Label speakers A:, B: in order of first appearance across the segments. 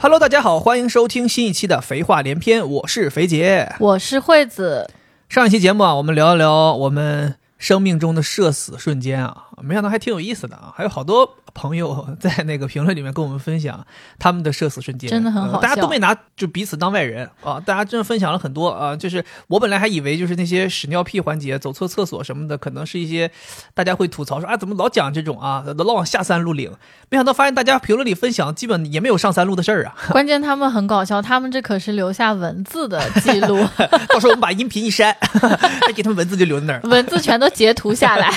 A: Hello，大家好，欢迎收听新一期的《肥话连篇》，我是肥杰。
B: 我是惠子，
A: 上一期节目啊，我们聊一聊我们生命中的社死瞬间啊，没想到还挺有意思的啊，还有好多朋友在那个评论里面跟我们分享他们的社死瞬间，
B: 真的很好
A: 呃大家
B: 笑
A: 都没拿就彼此当外人啊，大家真的分享了很多啊，就是我本来还以为就是那些屎尿屁环节、走错厕所什么的，可能是一些大家会吐槽说啊，怎么老讲这种啊，老往下三路领，没想到发现大家评论里分享基本也没有上三路的事儿啊。
B: 关键他们很搞笑，他们这可是留下文字的记 录，
A: 到时候我们把音频一删， 再给他们文字就留在那儿了。
B: 文字全都截图 下来。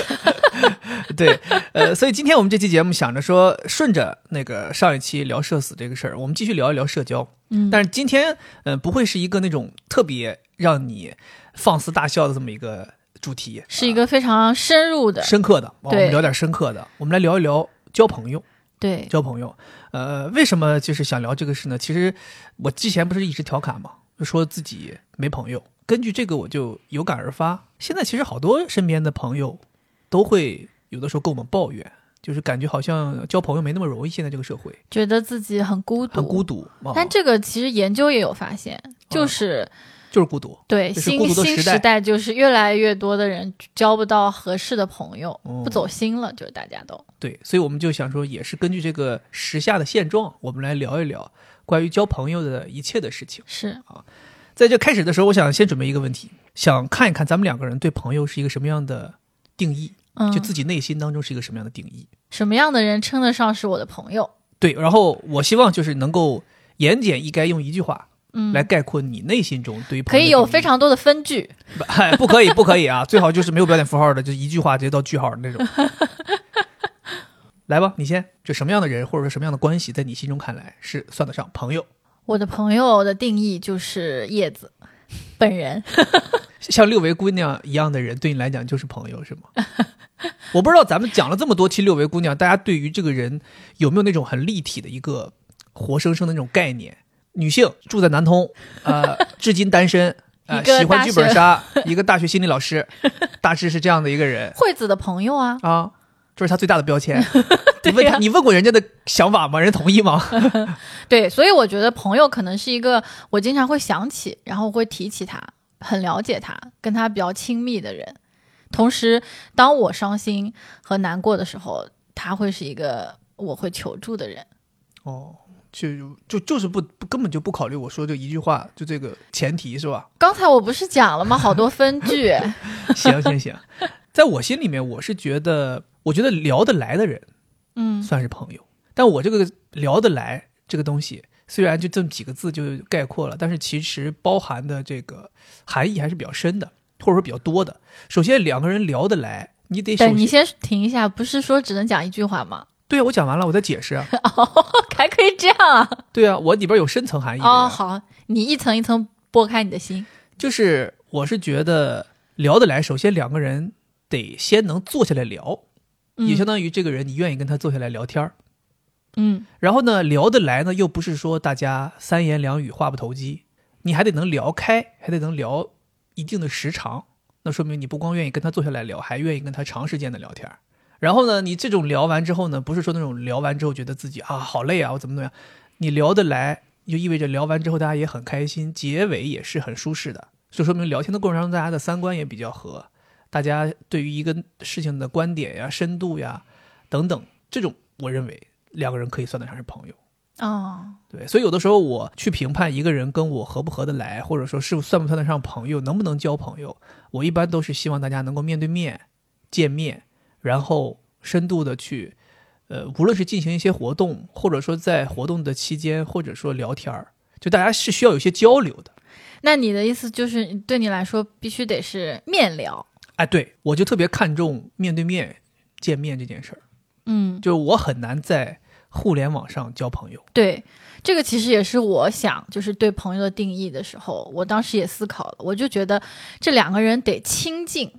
A: 对，呃，所以今天我们这期节目想着说，顺着那个上一期聊社死这个事儿，我们继续聊一聊社交。
B: 嗯
A: 但是今天，呃，不会是一个那种特别让你放肆大笑的这么一个主题，
B: 是一个非常深入的，
A: 深刻的。哦我
B: 对
A: 们聊点深刻的，我们来聊一聊交朋友。
B: 对，
A: 交朋友，呃，为什么就是想聊这个事呢？其实我之前不是一直调侃嘛，就说自己没朋友。根据这个，我就有感而发。现在其实好多身边的朋友都会有的时候跟我们抱怨，就是感觉好像交朋友没那么容易。现在这个社会
B: 觉得自己很孤独，
A: 很孤独，啊、
B: 但这个其实研究也有发现，就是、
A: 就是孤独。
B: 对
A: 这是孤
B: 新
A: 独的
B: 新
A: 时代
B: 时代，就是越来越多的人交不到合适的朋友，
A: 哦
B: 不走心了，就是大家都
A: 对，所以我们就想说，也是根据这个时下的现状，我们来聊一聊关于交朋友的一切的事情。
B: 是
A: 在这开始的时候，我想先准备一个问题，想看一看咱们两个人对朋友是一个什么样的定义。
B: 嗯
A: 就，自己内心当中是一个什么样的定义。
B: 什么样的人称得上是我的朋友？
A: 对，然后我希望就是能够言简意赅，用一句话
B: 嗯，
A: 来概括你内心中对于朋
B: 可
A: 友
B: 以
A: 的
B: 有
A: 定义
B: 非常多的分句，
A: 不、哎不可以不可以啊，最好就是没有标点符号的，就一句话直接到句号的那种。 来吧，你先，就什么样的人或者说什么样的关系，在你心中看来是算得上朋友？
B: 我的朋友的定义就是叶子本人，
A: 像六维姑娘一样的人，对你来讲就是朋友，是吗？ 我不知道咱们讲了这么多期六维姑娘，大家对于这个人有没有那种很立体的一个活生生的那种概念？女性住在南通，呃，至今单身，呃，
B: 一个
A: 喜欢
B: 大
A: 剧本
B: 学
A: 杀，一个大学心理老师， 大致是这样的一个人
B: 惠子的朋友啊，
A: 啊，这是他最大的标签。你问
B: 对
A: 他，
B: 呀
A: 你问过人家的想法吗？人家同意 吗？
B: 对，所以我觉得朋友可能是一个我经常会想起，然后会提起他，很了解他，跟他比较亲密的人。同时，当我伤心和难过的时候，他会是一个我会求助的人。
A: 哦，就就就是不不根本就不考虑我说这一句话，就这个前提是吧？
B: 刚才我不是讲了吗？好多分句，
A: 行行行，在我心里面，我是觉得，我觉得聊得来的人
B: 嗯，
A: 算是朋友。但我这个聊得来这个东西，虽然就这么几个字就概括了，但是其实包含的这个含义还是比较深的，或者说比较多的。首先，两个人聊得来，你得首
B: 对，
A: 先
B: 你先停一下，不是说只能讲一句话 吗？哦
A: 对啊，我讲完了，我再解释 啊。
B: 还可以这样啊？
A: 对啊，我里边有深层含义的呀
B: 哦，好，你一层一层拨开你的心，
A: 就是我是觉得聊得来，首先两个人得先能坐下来聊，也相
B: 嗯
A: 当于这个人你愿意跟他坐下来聊天儿。
B: 嗯，
A: 然后呢，聊得来呢，又不是说大家三言两语话不投机，你还得能聊开，还得能聊一定的时长。那说明你不光愿意跟他坐下来聊，还愿意跟他长时间的聊天儿。然后呢，你这种聊完之后呢，不是说那种聊完之后觉得自己啊好累啊，我怎么怎么样，你聊得来，就意味着聊完之后大家也很开心，结尾也是很舒适的。就说明聊天的过程当中，大家的三观也比较合，大家对于一个事情的观点呀、深度呀等等，这种我认为两个人可以算得上是朋友。
B: 哦，
A: 对，所以有的时候我去评判一个人跟我合不合得来，或者说是算不算得上朋友，能不能交朋友，我一般都是希望大家能够面对面见面，然后深度的去，呃，无论是进行一些活动，或者说在活动的期间，或者说聊天儿，就大家是需要有一些交流的。
B: 那你的意思就是，对你来说必须得是面聊，
A: 哎，对我就特别看重面对面见面这件事儿，
B: 嗯，
A: 就是我很难在互联网上交朋友。
B: 对，这个其实也是我想，就是对朋友的定义的时候，我当时也思考了，我就觉得这两个人得亲近，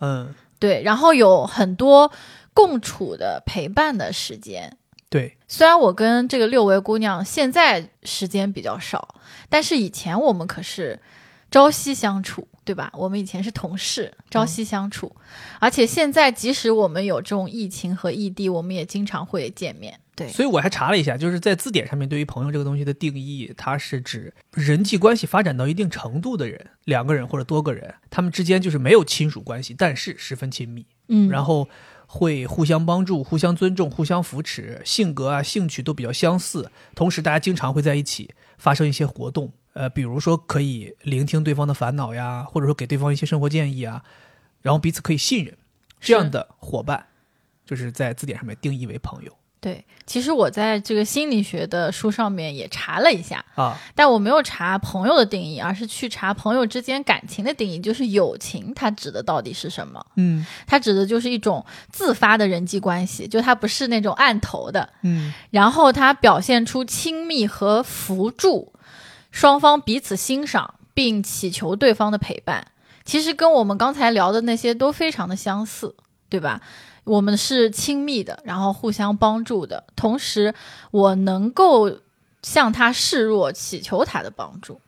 A: 嗯，
B: 对，然后有很多共处的陪伴的时间。
A: 对，
B: 虽然我跟这个六维姑娘现在时间比较少，但是以前我们可是朝夕相处，对吧？我们以前是同事，朝夕相处，而且现在即使我们有这种疫情和异地，我们也经常会见面。对
A: 所以我还查了一下，就是在字典上面对于朋友这个东西的定义，它是指人际关系发展到一定程度的人，两个人或者多个人，他们之间就是没有亲属关系，但是十分亲密。
B: 嗯，
A: 然
B: 后
A: 后会互相帮助、互相尊重、互相扶持，性格啊、兴趣都比较相似，同时大家经常会在一起发生一些活动，呃，比如说可以聆听对方的烦恼呀，或者说给对方一些生活建议啊，然后彼此可以信任，这样的伙伴就是在字典上面定义为朋友
B: 对，其实我在这个心理学的书上面也查了一下，
A: 啊。
B: 但我没有查朋友的定义，而是去查朋友之间感情的定义，就是友情它指的到底是什么？
A: 嗯
B: 它指的就是一种自发的人际关系，就它不是那种按头的，
A: 嗯
B: 然后它表现出亲密和扶助，双方彼此欣赏并祈求对方的陪伴。其实跟我们刚才聊的那些都非常的相似，对吧？我们是亲密的，然后互相帮助的，同时我能够向他示弱，祈求他的帮助。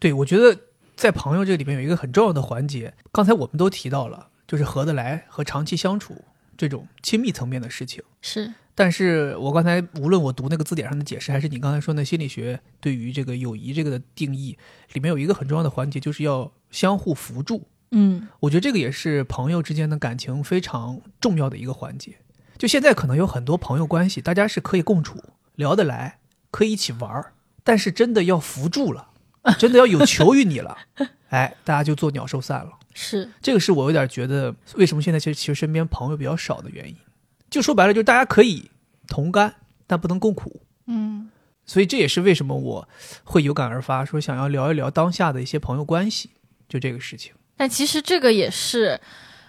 A: 对，我觉得在朋友这里面有一个很重要的环节，刚才我们都提到了，就是合得来和长期相处这种亲密层面的事情。
B: 是，
A: 但是我刚才无论我读那个字典上的解释，还是你刚才说那心理学对于这个友谊这个的定义，里面有一个很重要的环节，就是要相互扶助。
B: 嗯，
A: 我觉得这个也是朋友之间的感情非常重要的一个环节。就现在可能有很多朋友关系，大家是可以共处、聊得来，可以一起玩儿，但是真的要扶助了，真的要有求于你了， 哎，大家就做鸟兽散了。
B: 是，
A: 这个是我有点觉得，为什么现在其实其实身边朋友比较少的原因。就说白了，就是大家可以同甘，但不能共苦。
B: 嗯，
A: 所以这也是为什么我会有感而发，说想要聊一聊当下的一些朋友关系，就这个事情。
B: 但其实这个也是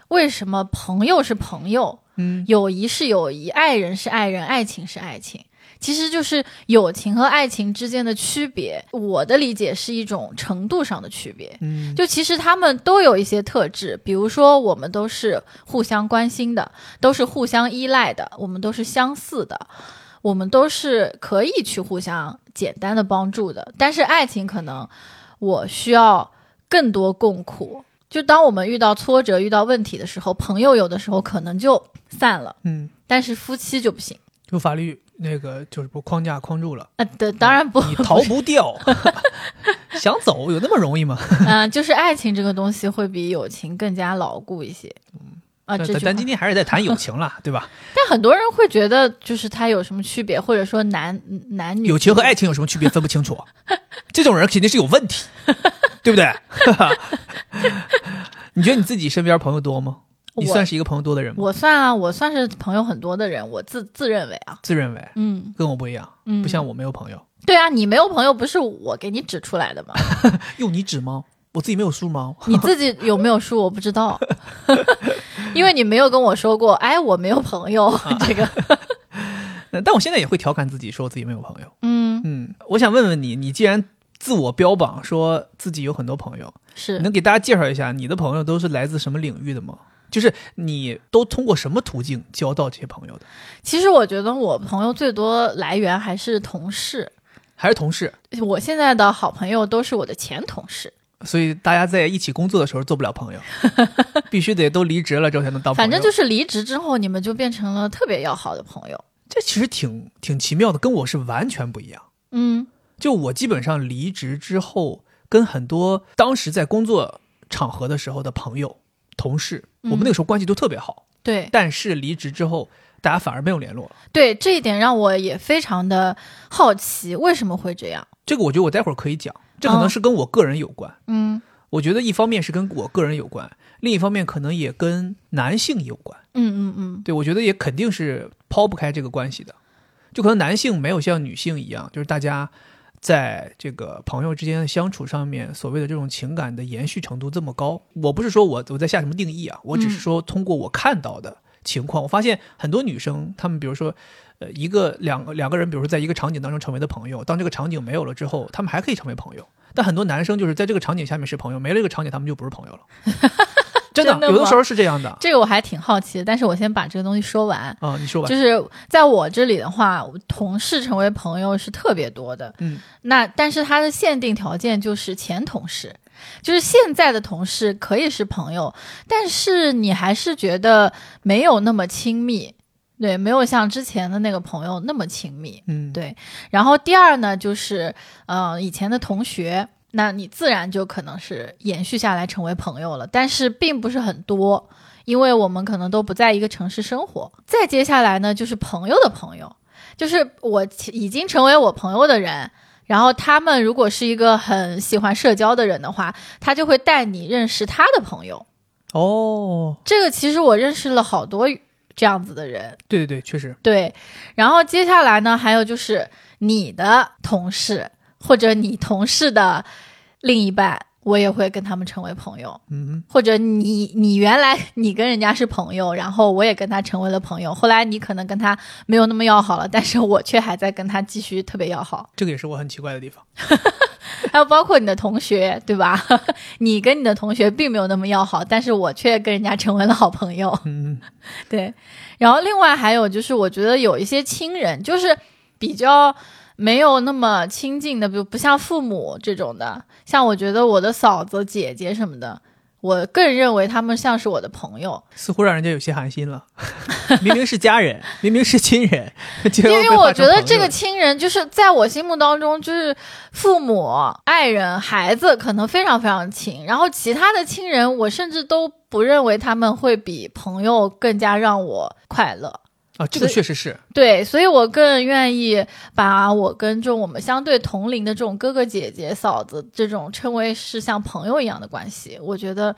B: 为什么朋友是朋友，
A: 嗯，
B: 友谊是友谊，爱人是爱人，爱情是爱情。其实就是友情和爱情之间的区别，我的理解是一种程度上的区别。
A: 嗯，
B: 就其实他们都有一些特质，比如说我们都是互相关心的，都是互相依赖的，我们都是相似的，我们都是可以去互相简单的帮助的。但是爱情可能我需要更多共苦。就当我们遇到挫折、遇到问题的时候，朋友有的时候可能就散了，
A: 嗯，
B: 但是夫妻就不行
A: 就法律那个就是不框架框住了，
B: 啊。对，当然不，
A: 嗯你逃哦不掉， 想走有那么容 易吗？
B: 嗯、就是爱情这个东西会比友情更加牢固一些。啊，
A: 嗯但
B: 这句话
A: 但今天还是在谈友情啦， 对吧？
B: 但很多人会觉得，就是它有什么区别，或者说男男女
A: 友情和爱情有什么区别分不 清楚，这种人肯定是有问 题，对不对？ 你觉得你自己身边朋友多吗？
B: 我
A: 你算是一个朋友多的人吗？
B: 我算啊，我算是朋友很多的人，我自自认为啊，
A: 自认为
B: 嗯
A: 跟我不一样，
B: 嗯，
A: 不像我没有朋友。
B: 对啊，你没有朋友不是我给你指出来的吗？
A: 用你指吗？我自己没有数 吗？
B: 你自己有没有数我不知道， 因为你没有跟我说过，哎，我没有朋友
A: 啊
B: 这个，
A: 但但我现在也会调侃自己，说我自己没有朋友。
B: 嗯，
A: 嗯，我想问问你，你既然自我标榜说自己有很多朋友，
B: 是
A: 能给大家介绍一下你的朋友都是来自什么领域的吗？就是你都通过什么途径交到这些朋友的？
B: 其实我觉得我朋友最多来源还是同事，
A: 还是同事？
B: 我现在的好朋友都是我的前同事，
A: 所以大家在一起工作的时候做不了朋友， 必须得都离职了之后才能当朋友。
B: 反正就是离职之后，你们就变成了特别要好的朋友，
A: 这其实挺挺奇妙的，跟我是完全不一样。
B: 嗯。
A: 就我基本上离职之后，跟很多当时在工作场合的时候的朋友、同事，我
B: 嗯
A: 们那个时候关系都特别好。
B: 对
A: 但是离职之后，大家反而没有联络了。
B: 对，这一点让我也非常的好奇，为什么会这样？
A: 这个我觉得我待会儿可以讲，这可能
B: 哦
A: 是跟我个人有关。
B: 嗯
A: 我觉得一方面是跟我个人有关，另一方面可能也跟男性有关。
B: 嗯嗯嗯，
A: 对，我觉得也肯定是抛不开这个关系的。就可能男性没有像女性一样，就是大家在这个朋友之间的相处上面，所谓的这种情感的延续程度这么高。我不是说我我在下什么定义啊，我只是
B: 嗯
A: 说通过我看到的情况，我发现很多女生，她们比如说。呃，一个两个两个人，比如说在一个场景当中成为的朋友，当这个场景没有了之后，他们还可以成为朋友。但很多男生就是在这个场景下面是朋友，没了这个场景，他们就不是朋 友了。真的，
B: 真的
A: 有的
B: 吗
A: 时候是这样的啊、
B: 这个我还挺好奇的，但是我先把这个东西说完。
A: 你说吧。
B: 就是在我这里的话，我同事成为朋友是特别多的。
A: 嗯，
B: 那但是它的限定条件就是前同事，就是现在的同事可以是朋友，但是你还是觉得没有那么亲密。对，没有像之前的那个朋友那么亲密。
A: 嗯，
B: 对然后第二呢，就是呃以前的同学，那你自然就可能是延续下来成为朋友了，但是并不是很多，因为我们可能都不在一个城市生活。再接下来呢，就是朋友的朋友，就是我其已经成为我朋友的人。然后他们如果是一个很喜欢社交的人的话，他就会带你认识他的朋友。
A: 哦，
B: 这个其实我认识了好多这样子的人，
A: 对对对，确实，
B: 对，然后接下来呢，还有就是你的同事或者你同事的另一半，我也会跟他们成为朋友，
A: 嗯，
B: 或者你你原来你跟人家是朋友，然后我也跟他成为了朋友，后来你可能跟他没有那么要好了，但是我却还在跟他继续特别要好，
A: 这个也是我很奇怪的地方。
B: 还有包括你的同学，对吧？ 你跟你的同学并没有那么要好，但是我却跟人家成为了好朋友。
A: 嗯，
B: 对，然后另外还有就是，我觉得有一些亲人，就是比较没有那么亲近的，比如不像父母这种的，像我觉得我的嫂子、姐姐什么的，我更认为他们像是我的朋友，
A: 似乎让人家有些寒心 了。明明是家人，明明是亲人，结
B: 因
A: 果被
B: 为我
A: 划
B: 觉
A: 成
B: 得
A: 朋
B: 这
A: 友
B: 个亲人就是在我心目当中，就是父母、爱人、孩子可能非常非常亲，然后其他的亲人，我甚至都不认为他们会比朋友更加让我快乐。
A: 啊，这个
B: 所以
A: 确实是，
B: 对，所以我更愿意把我跟这种我们相对同龄的这种哥哥姐姐、嫂子这种称为是像朋友一样的关系。我觉得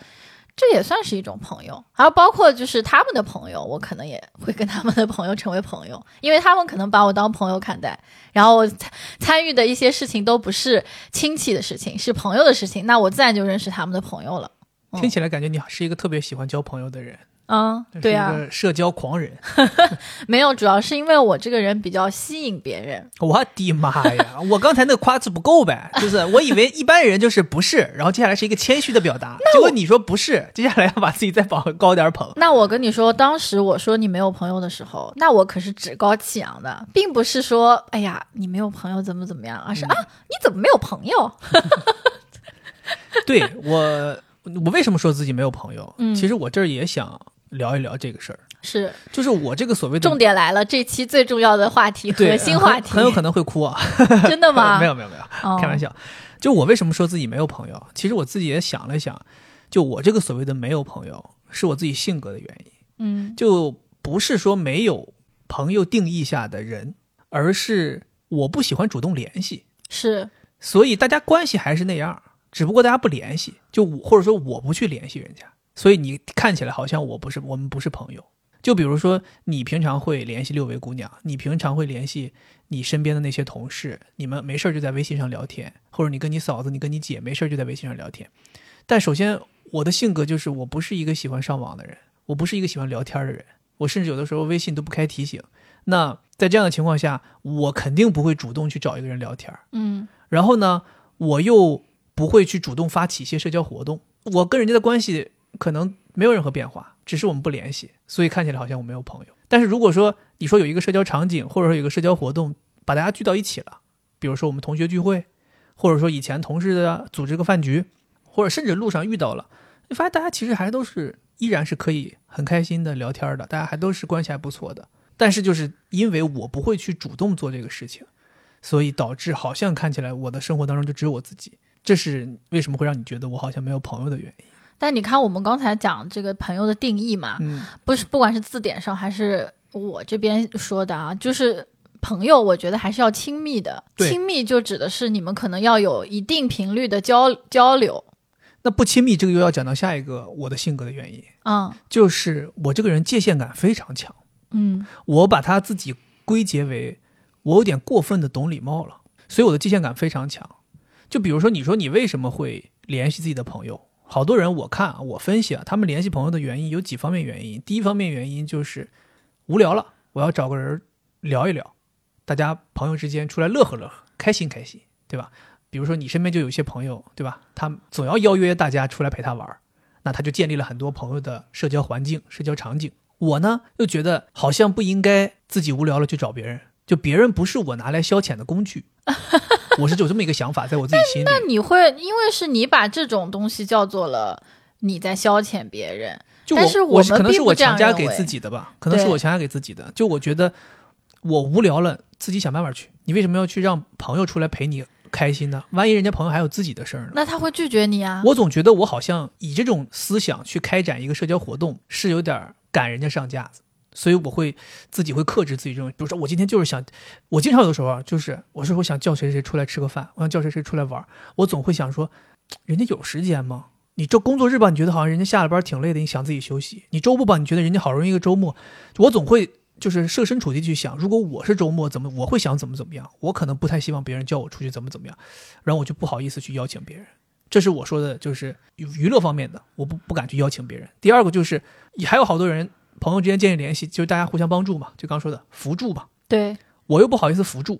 B: 这也算是一种朋友，还有包括就是他们的朋友，我可能也会跟他们的朋友成为朋友，因为他们可能把我当朋友看待，然后我参参与的一些事情都不是亲戚的事情，是朋友的事情，那我自然就认识他们的朋友了。嗯
A: 听起来感觉你是一个特别喜欢交朋友的人，
B: 嗯，对
A: 呀、
B: 啊
A: 是一，个社交狂人。
B: 没有，主要是因为我这个人比较吸引别人。
A: 我的妈呀！ 我刚才那夸字不够呗，就是我以为一般人就是不是，然后接下来是一个谦虚的表 达，结果你说不是，接下来要把自己再往高点捧。
B: 那我跟你说，当时我说你没有朋友的时候，那我可是趾高气扬的，并不是说哎呀你没有朋友怎么怎么样，而是、
A: 嗯
B: 啊你怎么没有朋友？
A: 对我，我为什么说自己没有朋友？
B: 嗯
A: 其实我这儿也想聊一聊这个事儿，
B: 是
A: 就是我这个所谓的
B: 重点来了，这期最重要的话题，
A: 对
B: 核心话题，
A: 很很有可能会哭啊，
B: 能真的 吗？
A: 没有没有没有，
B: 哦，
A: 开玩笑。就我为什么说自己没有朋友？其实我自己也想了想，就我这个所谓的没有朋友，是我自己性格的原因。
B: 嗯
A: 就不是说没有朋友定义下的人，而是我不喜欢主动联系，
B: 是
A: 所以大家关系还是那样，只不过大家不联系，就我或者说我不去联系人家，所以你看起来好像我不是我们不是朋友。就比如说，你平常会联系六位姑娘，你平常会联系你身边的那些同事，你们没事儿就在微信上聊天，或者你跟你嫂子、你跟你姐没事儿就在微信上聊天。但首先，我的性格就是我不是一个喜欢上网的人，我不是一个喜欢聊天的人，我甚至有的时候微信都不开提醒。那在这样的情况下，我肯定不会主动去找一个人聊天儿。
B: 嗯
A: 然后呢，我又不会去主动发起一些社交活动，我跟人家的关系可能没有任何变化，只是我们不联系，所以看起来好像我没有朋友。但是如果说你说有一个社交场景，或者说有一个社交活动，把大家聚到一起了，比如说我们同学聚会，或者说以前同事的组织个饭局，或者甚至路上遇到了，你发现大家其实还都是依然是可以很开心的聊天的，大家还都是关系还不错的。但是就是因为我不会去主动做这个事情，所以导致好像看起来我的生活当中就只有我自己。这是为什么会让你觉得我好像没有朋友的原因。
B: 但你看我们刚才讲这个朋友的定义嘛，
A: 嗯，
B: 不是不管是字典上还是我这边说的啊，就是朋友，我觉得还是要亲密的。
A: 对
B: 亲密就指的是你们可能要有一定频率的交交流。
A: 那不亲密这个又要讲到下一个我的性格的原因，
B: 嗯
A: 就是我这个人界限感非常强。
B: 嗯
A: 我把它自己归结为我有点过分的懂礼貌了，所以我的界限感非常强。就比如说，你说你为什么会联系自己的朋友？好多人我看啊，我分析啊，他们联系朋友的原因有几方面原因。第一方面原因就是无聊了，我要找个人聊一聊，大家朋友之间出来乐呵乐呵，开心开心，对吧？比如说你身边就有一些朋友，对吧？他总要邀约大家出来陪他玩儿，那他就建立了很多朋友的社交环境、社交场景。我呢又觉得好像不应该自己无聊了去找别人，就别人不是我拿来消遣的工具，我是有这么一个想法在我自己心里。
B: 那你会因为是你把这种东西叫做了你在消遣别人，
A: 就
B: 但是
A: 我
B: 我
A: 是
B: 们
A: 可能
B: 并
A: 是
B: 不
A: 我
B: 这样
A: 强加
B: 认
A: 给
B: 为
A: 自己的吧，可能是
B: 对
A: 我强加给自己的。就我觉得我无聊了，自己想办法去。你为什么要去让朋友出来陪你开心呢？万一人家朋友还有自己的事儿呢？
B: 那他会拒绝你啊。
A: 我总觉得我好像以这种思想去开展一个社交活动，是有点儿赶人家上架子，所以我会自己会克制自己这种。比如说，我今天就是想，我经常有的时候啊，就是我说我想叫谁谁出来吃个饭，我想叫谁谁出来玩儿，我总会想说，人家有时间吗？你这工作日吧，你觉得好像人家下了班挺累的，你想自己休息；你周末吧，你觉得人家好容易一个周末，我总会就是设身处地去想，如果我是周末，怎么我会想怎么怎么样？我可能不太希望别人叫我出去怎么怎么样，然后我就不好意思去邀请别人。这是我说的，就是娱娱乐方面的，我不不敢去邀请别人。第二个就是，还有好多人朋友之间建立联系，就是大家互相帮助嘛，就刚说的扶助嘛，
B: 对，
A: 我又不好意思扶助，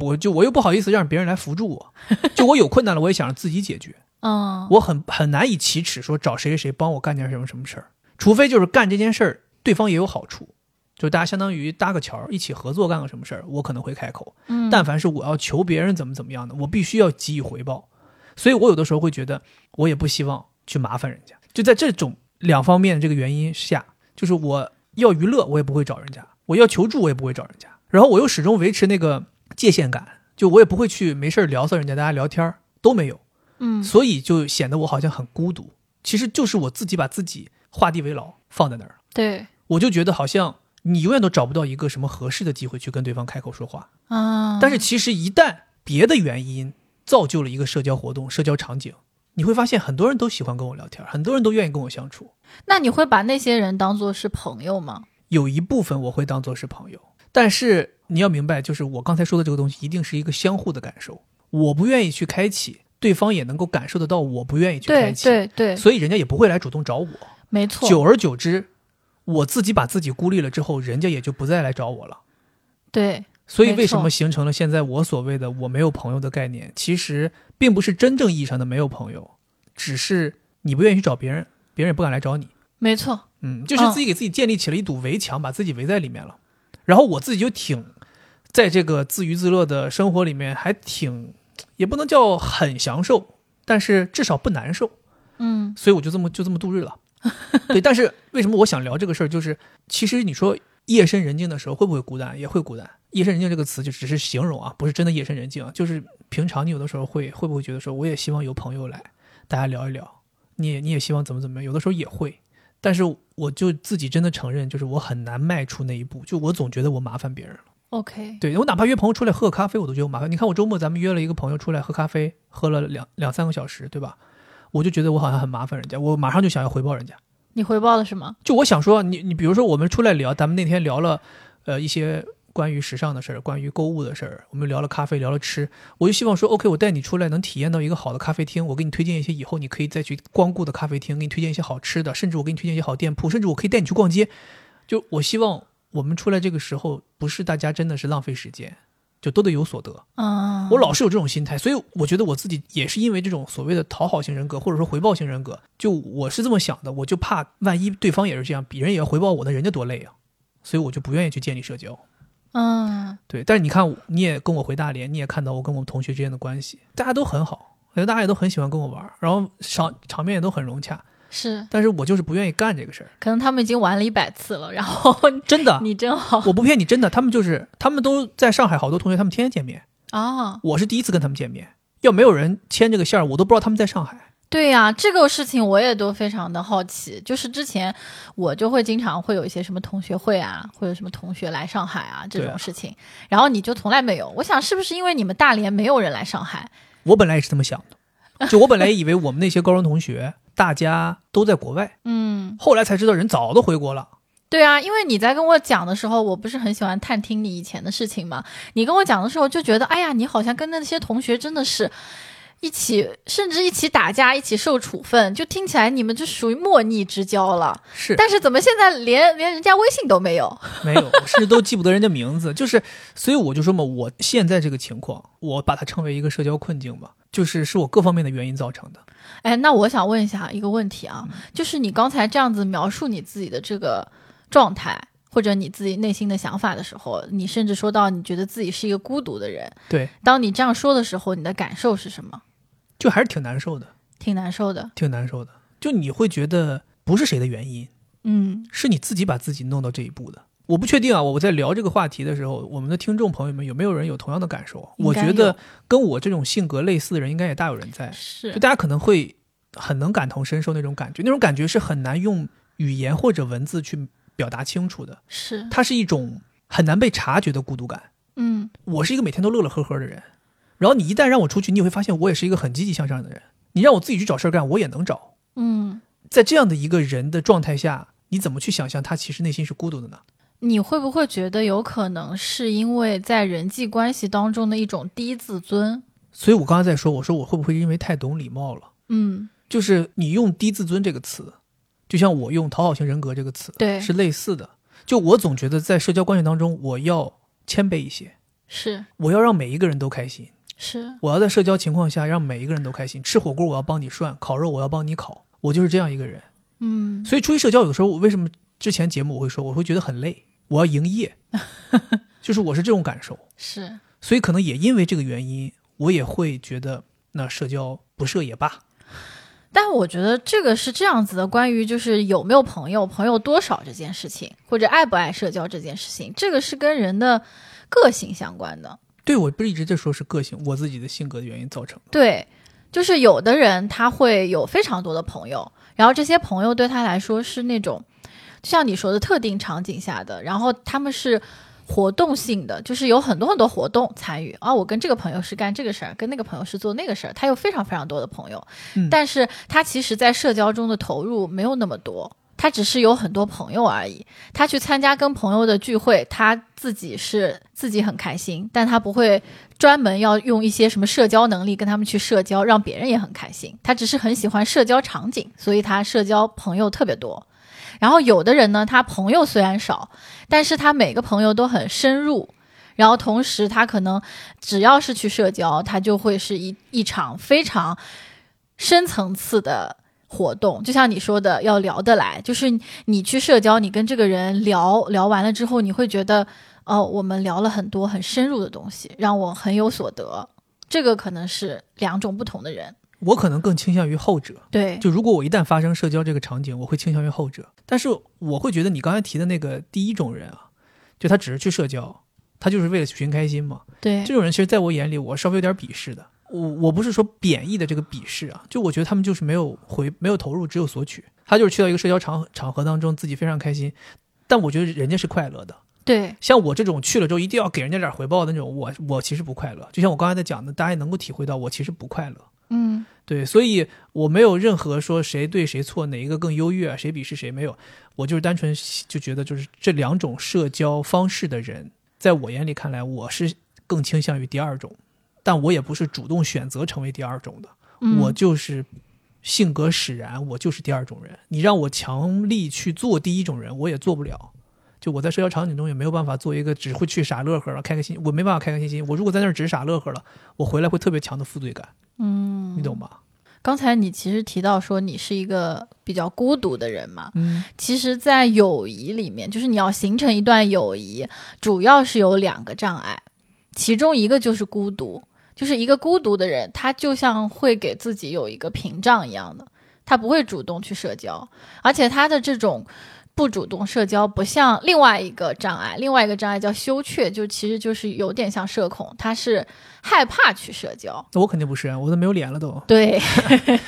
A: 我就我又不好意思让别人来扶助我，就我有困难了，我也想着自己解决。
B: 嗯，
A: 我很很难以启齿说找谁谁谁帮我干件什么什么事儿，除非就是干这件事儿对方也有好处，就是大家相当于搭个桥儿一起合作干个什么事儿，我可能会开口。
B: 嗯
A: 但凡是我要求别人怎么怎么样的，我必须要给予回报，所以我有的时候会觉得我也不希望去麻烦人家。就在这种两方面的这个原因下，就是我要娱乐我也不会找人家，我要求助我也不会找人家，然后我又始终维持那个界限感，就我也不会去没事儿聊骚人家，大家聊天儿都没有。
B: 嗯，
A: 所以就显得我好像很孤独。其实就是我自己把自己画地为牢放在那儿，
B: 对
A: 我就觉得好像你永远都找不到一个什么合适的机会去跟对方开口说话。
B: 啊，
A: 但是其实一旦别的原因造就了一个社交活动、社交场景，你会发现很多人都喜欢跟我聊天，很多人都愿意跟我相处。
B: 那你会把那些人当做是朋友吗？
A: 有一部分我会当做是朋友，但是你要明白，就是我刚才说的这个东西，一定是一个相互的感受。我不愿意去开启，对方也能够感受得到我不愿意去开
B: 对
A: 启，
B: 对对，
A: 所以人家也不会来主动找我。
B: 没错，
A: 久而久之，我自己把自己孤立了之后，人家也就不再来找我了。
B: 对
A: 所以为什
B: 没
A: 么
B: 错
A: 形成了现在我所谓的我没有朋友的概念？其实并不是真正意义上的没有朋友，只是你不愿意去找别人，别人也不敢来找你。
B: 没错，
A: 嗯，就是
B: 嗯
A: 自己给自己建立起了一堵围墙，把自己围在里面了。然后我自己就挺在这个自娱自乐的生活里面，还挺也不能叫很享受，但是至少不难受。
B: 嗯
A: 所以我就这么就这么度日了。对，但是为什么我想聊这个事儿？就是其实你说夜深人静的时候会不会孤单？也会孤单。夜深人静这个词就只是形容啊，不是真的夜深人静啊。就是平常你有的时候会会不会觉得说，我也希望有朋友来，大家聊一聊，你也你也希望怎么怎么样，有的时候也会。但是我就自己真的承认，就是我很难迈出那一步，就我总觉得我麻烦别人了。
B: ，OK，
A: 对我哪怕约朋友出来喝个咖啡，我都觉得我麻烦。你看我周末咱们约了一个朋友出来喝咖啡，喝了两两三个小时，对吧？我就觉得我好像很麻烦人家，我马上就想要回报人家。
B: 你回报了什么？
A: 就我想说，你你比如说我们出来聊，咱们那天聊了，呃一些关于时尚的事儿，关于购物的事儿，我们聊了咖啡，聊了吃，我就希望说，OK，我带你出来能体验到一个好的咖啡厅，我给你推荐一些以后你可以再去光顾的咖啡厅，给你推荐一些好吃的，甚至我给你推荐一些好店铺，甚至我可以带你去逛街。就我希望我们出来这个时候，不是大家真的是浪费时间，就都得有所得。
B: 嗯，
A: 我老是有这种心态，所以我觉得我自己也是因为这种所谓的讨好型人格或者说回报型人格，就我是这么想的，我就怕万一对方也是这样，别人也要回报我，那人家多累啊，所以我就不愿意去建立社交。
B: 嗯，
A: 对，但是你看，你也跟我回大连，你也看到我跟我们同学之间的关系，大家都很好，我觉得大家也都很喜欢跟我玩儿，然后场场面也都很融洽，
B: 是，
A: 但是我就是不愿意干这个事儿，
B: 可能他们已经玩了一百次了，然后
A: 真的，
B: 你真好
A: 我不骗你，真的，他们就是他们都在上海，好多同学他们天天见面，
B: 啊，
A: 我是第一次跟他们见面，要没有人牵这个线儿，我都不知道他们在上海。
B: 对呀、这个事情我也都非常的好奇，就是之前我就会经常会有一些什么同学会啊，或者什么同学来上海啊这
A: 对啊
B: 种事情，然后你就从来没有，我想是不是因为你们大连没有人来上海？
A: 我本来也是这么想的，就我本来以为我们那些高中同学大家都在国外，
B: 嗯，
A: 后来才知道人早都回国了。
B: 对啊，因为你在跟我讲的时候，我不是很喜欢探听你以前的事情嘛。你跟我讲的时候，就觉得哎呀，你好像跟那些同学真的是一起，甚至一起打架，一起受处分，就听起来你们就属于莫逆之交了。
A: 是
B: 但是怎么现在连连人家微信都没有？
A: 没有，我甚至都记不得人家名字， 就是，所以我就说嘛，我现在这个情况，我把它称为一个社交困境吧，就是是我各方面的原因造成的。
B: 哎，那我想问一下一个问题啊，就是你刚才这样子描述你自己的这个状态，或者你自己内心的想法的时候，你甚至说到你觉得自己是一个孤独的人。
A: 对，
B: 当你这样说的时候，你的感受是什么？
A: 就还是挺难受的，
B: 挺难受的。
A: 挺难受的。就你会觉得不是谁的原因，
B: 嗯
A: 是你自己把自己弄到这一步的。我不确定啊，我在聊这个话题的时候，我们的听众朋友们有没有人有同样的感受？啊
B: 应
A: 我
B: 该
A: 觉
B: 有
A: 得跟我这种性格类似的人，应该也大有人在。
B: 是
A: 就大家可能会很能感同身受那种感觉，那种感觉是很难用语言或者文字去表达清楚的，
B: 是，
A: 它是一种很难被察觉的孤独感。
B: 嗯
A: 我是一个每天都乐乐呵呵的人，然后你一旦让我出去，你也会发现我也是一个很积极向上的人。你让我自己去找事儿干，我也能找。
B: 嗯，
A: 在这样的一个人的状态下，你怎么去想象他其实内心是孤独的呢？
B: 你会不会觉得有可能是因为在人际关系当中的一种低自尊？
A: 所以我刚才在说，我说我会不会因为太懂礼貌了？
B: 嗯，
A: 就是你用低自尊这个词，就像我用讨好型人格这个词，
B: 对
A: 是类似的。就我总觉得在社交关系当中，我要谦卑一些，
B: 是
A: 我要让每一个人都开心，
B: 是，
A: 我要在社交情况下让每一个人都开心。吃火锅我要帮你涮，烤肉我要帮你烤，我就是这样一个人。
B: 嗯
A: 所以出去社交，有的时候我为什么之前节目我会说，我会觉得很累，我要营业，就是我是这种感受。
B: 是，
A: 所以可能也因为这个原因，我也会觉得那社交不社也罢。
B: 但我觉得这个是这样子的，关于就是有没有朋友、朋友多少这件事情，或者爱不爱社交这件事情，这个是跟人的个性相关的。
A: 对，我不是一直在说是个性，我自己的性格的原因造成的。
B: 对，就是有的人他会有非常多的朋友，然后这些朋友对他来说是那种，就像你说的特定场景下的，然后他们是活动性的，就是有很多很多活动参与啊。我跟这个朋友是干这个事儿，跟那个朋友是做那个事儿，他有非常非常多的朋友，
A: 嗯
B: 但是他其实在社交中的投入没有那么多。他只是有很多朋友而已，他去参加跟朋友的聚会，他自己是自己很开心，但他不会专门要用一些什么社交能力跟他们去社交，让别人也很开心。他只是很喜欢社交场景，所以他社交朋友特别多。然后有的人呢，他朋友虽然少，但是他每个朋友都很深入。然后同时，他可能只要是去社交，他就会是一一场非常深层次的活动。就像你说的，要聊得来，就是你去社交，你跟这个人聊聊完了之后，你会觉得哦，我们聊了很多很深入的东西，让我很有所得。这个可能是两种不同的人。
A: 我可能更倾向于后者。
B: 对，
A: 就如果我一旦发生社交这个场景，我会倾向于后者。但是我会觉得你刚才提的那个第一种人啊，就他只是去社交，他就是为了寻开心嘛。
B: 对
A: 这，种人其实在我眼里，我稍微有点鄙视的。我我不是说贬义的这个鄙视啊，就我觉得他们就是没有回没有投入，只有索取。他就是去到一个社交场场合当中，自己非常开心，但我觉得人家是快乐的。
B: 对，
A: 像我这种去了之后一定要给人家点回报的那种，我我其实不快乐。就像我刚才在讲的，大家也能够体会到，我其实不快乐。
B: 嗯，
A: 对，所以我没有任何说谁对谁错，哪一个更优越，啊谁鄙视谁没有。我就是单纯就觉得，就是这两种社交方式的人，在我眼里看来，我是更倾向于第二种，但我也不是主动选择成为第二种的，
B: 嗯
A: 我就是性格使然，我就是第二种人。你让我强力去做第一种人，我也做不了。就我在社交场景中也没有办法做一个只会去傻乐呵了，开开心，我没办法开开心心。我如果在那儿只傻乐呵了，我回来会特别强的负罪感。嗯，你懂吗？
B: 刚才你其实提到说你是一个比较孤独的人嘛，
A: 嗯
B: 其实，在友谊里面，就是你要形成一段友谊，主要是有两个障碍，其中一个就是孤独，就是一个孤独的人，他就像会给自己有一个屏障一样的，他不会主动去社交，而且他的这种。不主动社交，不像另外一个障碍，另外一个障碍叫羞怯，就其实就是有点像社恐，他是害怕去社交。
A: 那我肯定不是，啊我都没有脸了 都。
B: 对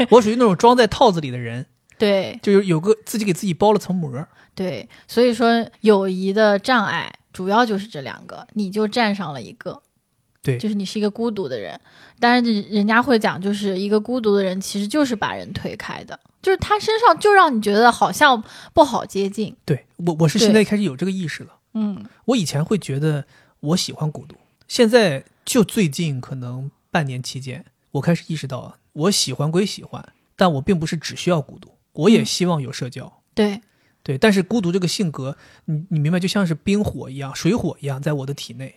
A: 我属于那种装在套子里的人，
B: 对，
A: 就是有个自己给自己包了层膜。
B: 对，所以说友谊的障碍主要就是这两个，你就占上了一个。
A: 对
B: 就是你是一个孤独的人，但是人家会讲，就是一个孤独的人其实就是把人推开的，就是他身上就让你觉得好像不好接近。
A: 对我，我是
B: 对
A: 现在开始有这个意识了。
B: 嗯
A: 我以前会觉得我喜欢孤独，现在就最近可能半年期间，我开始意识到，我喜欢归喜欢，但我并不是只需要孤独，我也
B: 嗯
A: 希望有社交。，
B: 对，
A: 对，但是孤独这个性格，你你明白，就像是冰火一样，水火一样，在我的体内，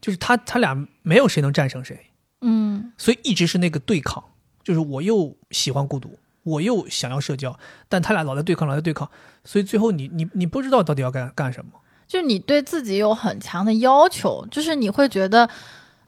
A: 就是他他俩没有谁能战胜谁。
B: 嗯
A: 所以一直是那个对抗，就是我又喜欢孤独，我又想要社交，但他俩老在对抗，老在对抗，所以最后你你你不知道到底要干干什么。
B: 就是你对自己有很强的要求，就是你会觉得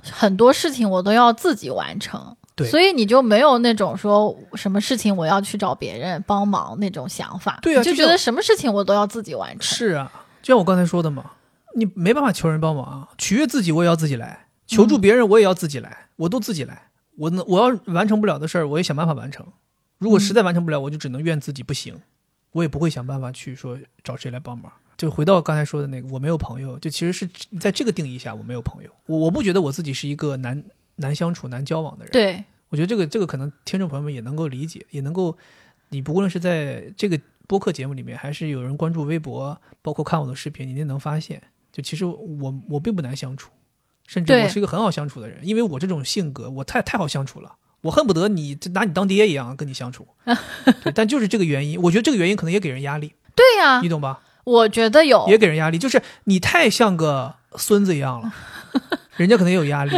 B: 很多事情我都要自己完成，
A: 对
B: 所以你就没有那种说什么事情我要去找别人帮忙那种想法，
A: 对啊
B: 你就
A: 这
B: 觉
A: 种
B: 得什么事情我都要自己完成。
A: 是啊，就像我刚才说的嘛，你没办法求人帮忙啊，取悦自己我也要自己来，求助别人我也要自己来，我都自己来。我能我要完成不了的事儿，我也想办法完成。如果实在完成不了，我就只能怨自己不行，我也不会想办法去说找谁来帮忙。就回到刚才说的那个，我没有朋友，就其实是在这个定义下，我没有朋友。我我不觉得我自己是一个难难相处、难交往的人。
B: 对，
A: 我觉得这个这个可能听众朋友们也能够理解，也能够，你不论是在这个播客节目里面，还是有人关注微博，包括看我的视频，你也能发现，就其实我我并不难相处，甚至
B: 对
A: 我是一个很好相处的人，因为我这种性格，我太太好相处了。我恨不得你就拿你当爹一样跟你相处，对但就是这个原因，我觉得这个原因可能也给人压力，
B: 对呀、
A: 你懂吧？
B: 我觉得有
A: 也给人压力，就是你太像个孙子一样了，人家可能也有压力，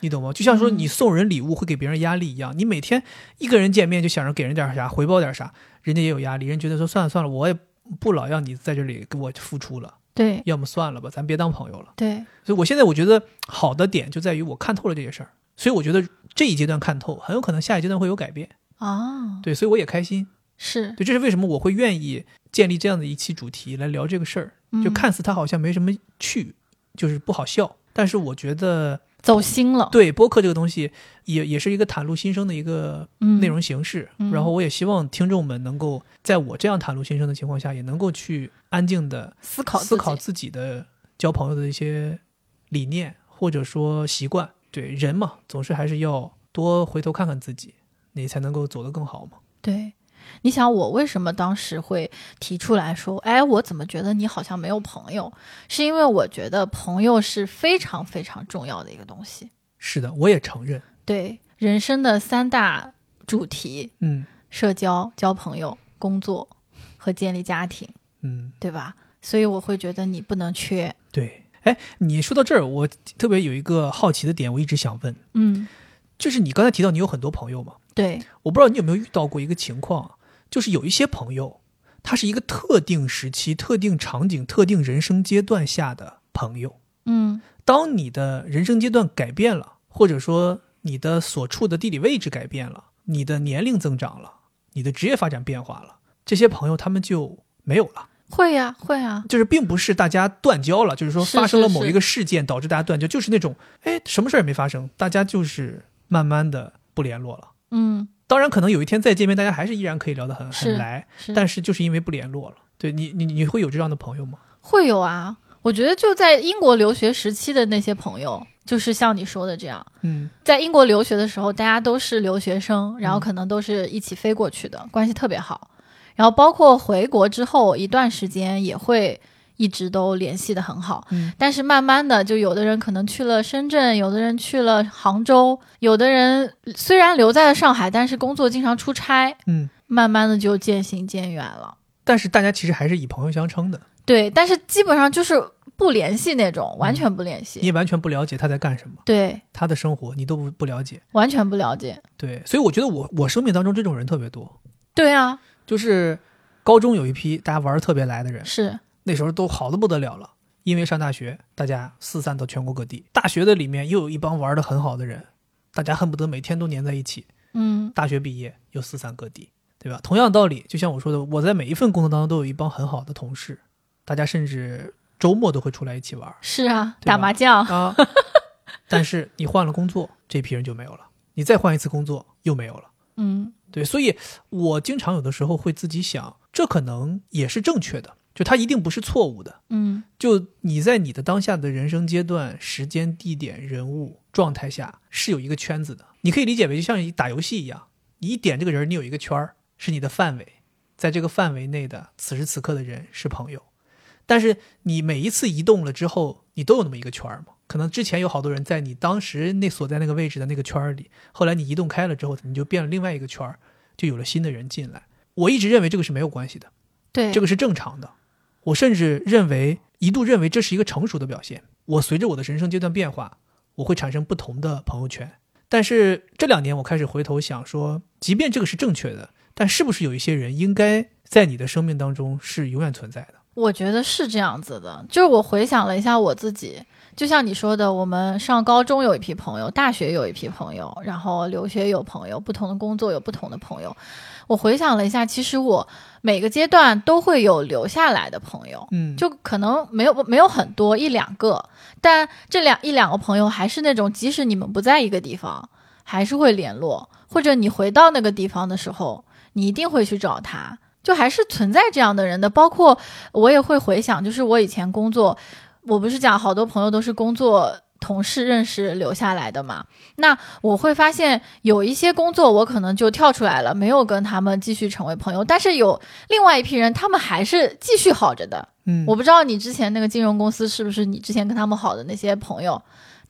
A: 你懂吗？就像说你送人礼物会给别人压力一样，你每天一个人见面就想着给人点啥，回报点啥，人家也有压力，人觉得说算了算了，我也不老要你在这里给我付出了，
B: 对
A: 要么算了吧，咱别当朋友了。
B: 对，
A: 所以我现在我觉得好的点就在于我看透了这些事儿，所以我觉得这一阶段看透，很有可能下一阶段会有改变，
B: 啊，
A: 对，所以我也开心，
B: 是
A: 对，这是为什么我会愿意建立这样的一期主题来聊这个事儿，就
B: 嗯
A: 看似它好像没什么趣，就是不好笑。但是我觉得，
B: 走心了，
A: 对播客这个东西也，也是一个袒露心声的一个
B: 嗯，
A: 内容形式。
B: 嗯
A: 然后我也希望听众们能够在我这样袒露心声的情况下，也能够去安静的
B: 思考
A: 思考
B: 自
A: 自
B: 己
A: 己的交朋友的一些理念或者说习惯。对人嘛，总是还是要多回头看看自己，你才能够走得更好嘛。
B: 对。你想我为什么当时会提出来说，哎，我怎么觉得你好像没有朋友？是因为我觉得朋友是非常非常重要的一个东西。
A: 是的，我也承认。
B: 对人生的三大主题：
A: 嗯
B: 社交、交朋友、工作和建立家庭，
A: 嗯，
B: 对吧？所以我会觉得你不能缺。
A: 对。哎，你说到这儿，我特别有一个好奇的点，我一直想问，
B: 嗯，
A: 就是你刚才提到你有很多朋友嘛，
B: 对，
A: 我不知道你有没有遇到过一个情况，就是有一些朋友，他是一个特定时期、特定场景、特定人生阶段下的朋友。
B: 嗯
A: 当你的人生阶段改变了，或者说你的所处的地理位置改变了，你的年龄增长了，你的职业发展变化了，这些朋友他们就没有了。
B: 会呀、会啊，
A: 就是并不是大家断交了，就是说
B: 是
A: 发生了
B: 是
A: 某一个事件导致大家断交，就是那种哎什么事儿也没发生，大家就是慢慢的不联络了。
B: 嗯，
A: 当然，可能有一天再见面，大家还是依然可以聊得很
B: 是
A: 很来，
B: 是，
A: 但是就是因为不联络了。对你，你你会有这样的朋友吗？
B: 会有啊。我觉得就在英国留学时期的那些朋友，就是像你说的这样，
A: 嗯，
B: 在英国留学的时候，大家都是留学生，然后
A: 嗯
B: 可能都是一起飞过去的，关系特别好。然后包括回国之后一段时间，也会一直都联系的很好。
A: 嗯
B: 但是慢慢的，就有的人可能去了深圳，有的人去了杭州，有的人虽然留在了上海，但是工作经常出差，
A: 嗯，
B: 慢慢的就渐行渐远了。
A: 但是大家其实还是以朋友相称的，
B: 对，但是基本上就是不联系那种，完全不联系。
A: 你也完全不了解他在干什么，
B: 对，
A: 他的生活你都不不了解。
B: 完全不了解。
A: 对，所以我觉得我我生命当中这种人特别多，
B: 对啊，
A: 就是高中有一批大家玩的特别来的人，
B: 是，
A: 那时候都好的不得了了。因为上大学，大家四散到全国各地。大学的里面又有一帮玩的很好的人，大家恨不得每天都粘在一起。
B: 嗯，
A: 大学毕业又四散各地，对吧？同样道理，就像我说的，我在每一份工作当中都有一帮很好的同事，大家甚至周末都会出来一起玩儿
B: 是啊，
A: 对吧
B: 打麻将。
A: 啊。 但是你换了工作，这批人就没有了。你再换一次工作，又没有了。
B: 嗯
A: 对，所以我经常有的时候会自己想，这可能也是正确的，就它一定不是错误的。
B: 嗯
A: 就你在你的当下的人生阶段、时间、地点、人物、状态下，是有一个圈子的。你可以理解为就像一打游戏一样，你一点这个人，你有一个圈儿，是你的范围，在这个范围内的此时此刻的人是朋友。但是你每一次移动了之后，你都有那么一个圈儿嘛？可能之前有好多人在你当时那所在那个位置的那个圈儿里，后来你移动开了之后，你就变了另外一个圈儿，就有了新的人进来。我一直认为这个是没有关系的。，
B: 对，
A: 这个是正常的。我甚至认为，一度认为这是一个成熟的表现。我随着我的人生阶段变化，我会产生不同的朋友圈。但是这两年，我开始回头想说，即便这个是正确的，但是不是有一些人应该在你的生命当中是永远存在的？
B: 我觉得是这样子的，就是我回想了一下我自己，就像你说的，我们上高中有一批朋友，大学有一批朋友，然后留学有朋友，不同的工作有不同的朋友。我回想了一下，其实我每个阶段都会有留下来的朋友，
A: 嗯，
B: 就可能没有没有很多一两个，但这两一两个朋友还是那种，即使你们不在一个地方，还是会联络，或者你回到那个地方的时候，你一定会去找他，就还是存在这样的人的。包括我也会回想，就是我以前工作，我不是讲好多朋友都是工作。同事认识留下来的嘛，那我会发现有一些工作我可能就跳出来了，没有跟他们继续成为朋友，但是有另外一批人，他们还是继续好着的，
A: 嗯，
B: 我不知道你之前那个金融公司是不是你之前跟他们好的那些朋友，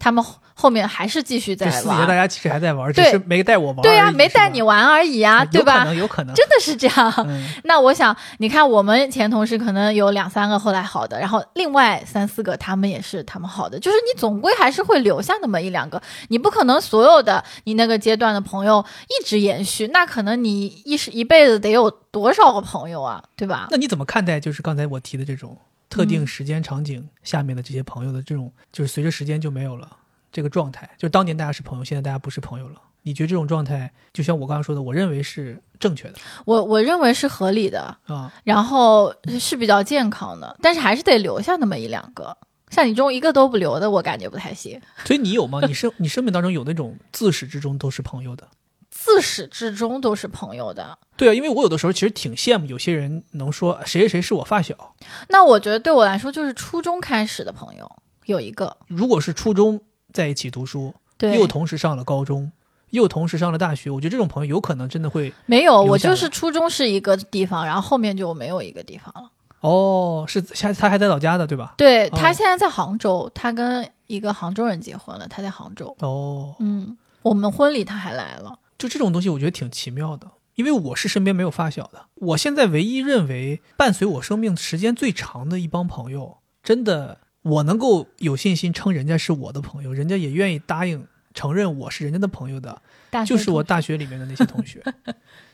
B: 他们后后面还是继续在
A: 就私底下大
B: 玩。
A: 家其实还在玩，只
B: 对
A: 是没带我玩而已。
B: 对呀、
A: 呀，
B: 没带你玩而已啊，对
A: 有可
B: 吧？
A: 能，有可能。
B: 真的是这样。
A: 嗯
B: 那我想，你看我们前同事可能有两三个后来好的，然后另外三四个他们也是他们好的，就是你总归还是会留下那么一两个，你不可能所有的你那个阶段的朋友一直延续，那可能你一时一辈子得有多少个朋友啊，对吧？
A: 那你怎么看待就是刚才我提的这种特定时间场景下面的这些朋友的这种，就是随着时间就没有了这个状态？就是当年大家是朋友，现在大家不是朋友了。你觉得这种状态，就像我刚刚说的，我认为是正确的
B: 我我认为是合理的，
A: 啊。
B: 然后是比较健康的，但是还是得留下那么一两个。像你这种一个都不留的，我感觉不太行。
A: 所以你有吗？你生 你生命当中有那种自始至终都是朋友的？
B: 自始至终都是朋友的，
A: 对啊，因为我有的时候其实挺羡慕有些人能说谁谁谁是我发小。
B: 那我觉得对我来说就是初中开始的朋友有一个，
A: 如果是初中在一起读书，
B: 对
A: 又，同时上了高中，又同时上了大学，我觉得这种朋友有可能真的会
B: 没有，
A: 留
B: 我
A: 下
B: 就是初中是一个地方，然后后面就没有一个地方了。
A: 哦，是他他还在老家的对吧？
B: 对
A: 哦
B: 他现在在杭州，他跟一个杭州人结婚了，他在杭州。
A: 哦，
B: 嗯，我们婚礼他还来了。
A: 就这种东西，我觉得挺奇妙的，因为我是身边没有发小的。我现在唯一认为伴随我生命时间最长的一帮朋友，真的我能够有信心称人家是我的朋友，人家也愿意答应承认我是人家的朋友的，
B: 大学
A: 就是我
B: 同学
A: 大学里面的那些同 学。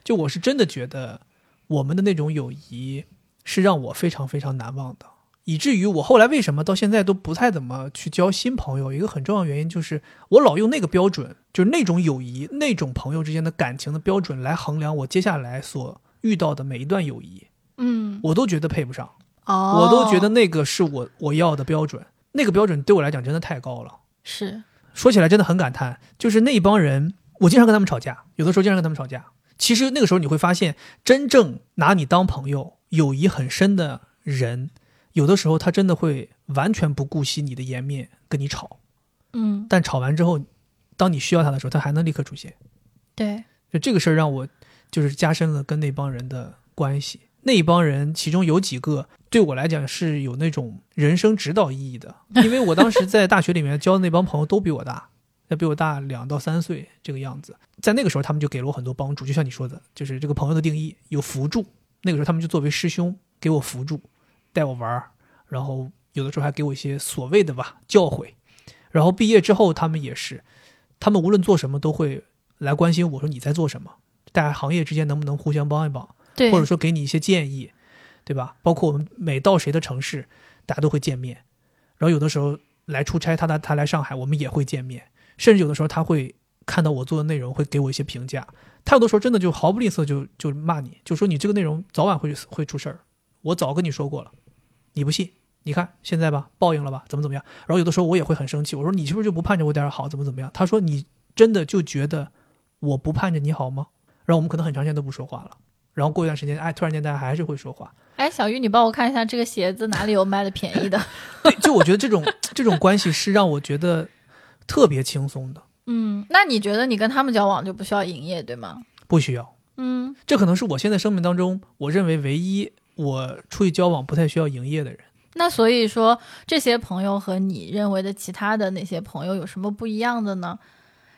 A: 就我是真的觉得我们的那种友谊是让我非常非常难忘的，以至于我后来为什么到现在都不太怎么去交新朋友，一个很重要的原因就是我老用那个标准，就是那种友谊、那种朋友之间的感情的标准来衡量我接下来所遇到的每一段友谊，
B: 嗯，
A: 我都觉得配不上，
B: 哦，
A: 我都觉得那个是我我要的标准，那个标准对我来讲真的太高了。
B: 是，
A: 说起来真的很感叹，就是那一帮人，我经常跟他们吵架，有的时候经常跟他们吵架。其实那个时候你会发现，真正拿你当朋友、友谊很深的人，有的时候他真的会完全不顾惜你的颜面跟你吵，
B: 嗯，
A: 但吵完之后，当你需要他的时候，他还能立刻出现。
B: 对，
A: 就这个事儿让我就是加深了跟那帮人的关系。那一帮人其中有几个对我来讲是有那种人生指导意义的，因为我当时在大学里面交的那帮朋友都比我大，要比我大两到三岁这个样子。在那个时候，他们就给了我很多帮助，就像你说的，就是这个朋友的定义有扶助。那个时候，他们就作为师兄给我扶助，带我玩儿，然后有的时候还给我一些所谓的吧教诲。然后毕业之后，他们也是，他们无论做什么都会来关心我说你在做什么，大家行业之间能不能互相帮一帮，
B: 对，
A: 或者说给你一些建议，对吧？包括我们每到谁的城市，大家都会见面，然后有的时候来出差，他来他来上海，我们也会见面，甚至有的时候他会看到我做的内容，会给我一些评价。他有的时候真的就毫不吝啬就就骂你，就说你这个内容早晚会会出事儿，我早跟你说过了，你不信。你看现在吧，报应了吧，怎么怎么样？然后有的时候我也会很生气，我说你是不是就不盼着我点儿好，怎么怎么样？他说你真的就觉得我不盼着你好吗？然后我们可能很长时间都不说话了，然后过一段时间，哎，突然间大家还是会说话。
B: 哎，小玉，你帮我看一下这个鞋子哪里有卖的便宜的？
A: 对，就我觉得这种这种关系是让我觉得特别轻松的，
B: 嗯，那你觉得你跟他们交往就不需要营业，对吗？
A: 不需要。
B: 嗯，
A: 这可能是我现在生命当中，我认为唯一我出去交往不太需要营业的人。
B: 那所以说这些朋友和你认为的其他的那些朋友有什么不一样的呢？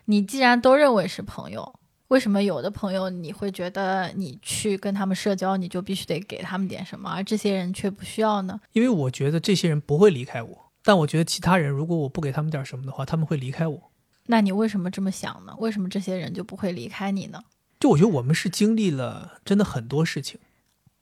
B: 你既然都认为是朋友，为什么有的朋友你会觉得你去跟他们社交，你就必须得给他们点什么，而这些人却不需要呢？
A: 因为我觉得这些人不会离开我，但我觉得其他人如果我不给他们点什么的话，他们会离开我。
B: 那你为什么这么想呢？为什么这些人就不会离开你呢？
A: 就我觉得我们是经历了真的很多事情，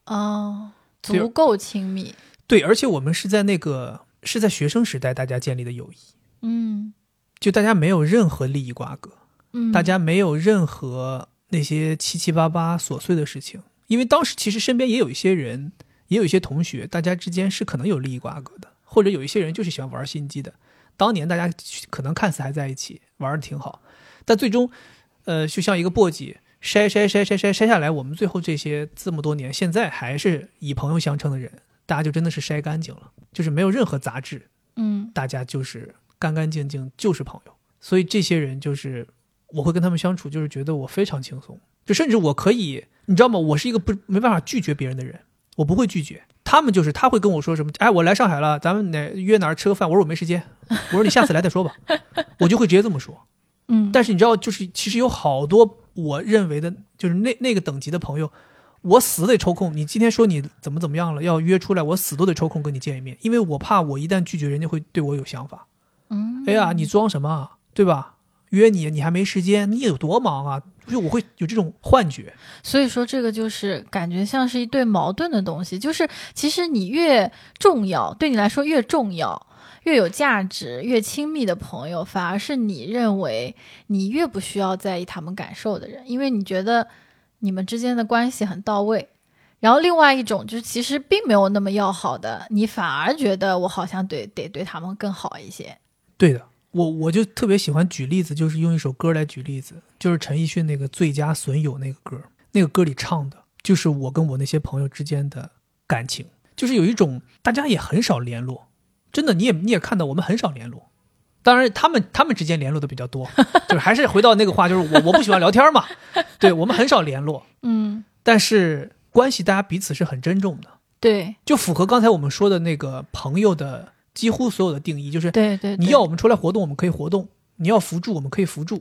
B: 哦，
A: 对
B: 足够亲密，
A: 对，而且我们是在那个是在学生时代大家建立的友谊，
B: 嗯
A: 就大家没有任何利益瓜葛，
B: 嗯，
A: 大家没有任何呃那些七七八八琐碎的事情，因为当时其实身边也有一些人，也有一些同学，大家之间是可能有利益瓜葛的，或者有一些人就是喜欢玩心机的。当年大家可能看似还在一起玩的挺好，但最终，呃，就像一个簸箕筛筛筛筛筛筛下来，我们最后这些这么多年，现在还是以朋友相称的人，大家就真的是筛干净了，就是没有任何杂质，
B: 嗯
A: 大家就是干干净净，就是朋友。所以这些人就是我会跟他们相处，就是觉得我非常轻松，就甚至我可以，你知道吗？我是一个不没办法拒绝别人的人，我不会拒绝。他们就是他会跟我说什么？哎，我来上海了，咱们哪约哪儿吃个饭？我说我没时间，我说你下次来再说吧，我就会直接这么说。
B: 嗯，
A: 但是你知道，就是其实有好多我认为的，就是那那个等级的朋友，我死得抽空。你今天说你怎么怎么样了，要约出来，我死都得抽空跟你见一面，因为我怕我一旦拒绝，人家会对我有想法。
B: 嗯，
A: 哎呀，你装什么啊，对吧？约你，你还没时间，你有多忙啊？就我会有这种幻觉。
B: 所以说这个就是感觉像是一对矛盾的东西，就是其实你越重要，对你来说越重要。越有价值、越亲密的朋友，反而是你认为你越不需要在意他们感受的人，因为你觉得你们之间的关系很到位。然后另外一种就是其实并没有那么要好的，你反而觉得我好像得得对他们更好一些。
A: 对的，我我就特别喜欢举例子，就是用一首歌来举例子，就是陈奕迅那个《最佳损友》那个歌，那个歌里唱的就是我跟我那些朋友之间的感情，就是有一种大家也很少联络，真的，你也你也看到我们很少联络。当然，他们他们之间联络的比较多，就是还是回到那个话，就是我我不喜欢聊天嘛，对我们很少联络，
B: 嗯，
A: 但是关系大家彼此是很珍重的，
B: 对
A: 就符合刚才我们说的那个朋友的几乎所有的定义，就是
B: 对对，
A: 你
B: 对
A: 要我们出来活动，我们可以活动；你要扶助，我们可以扶 助；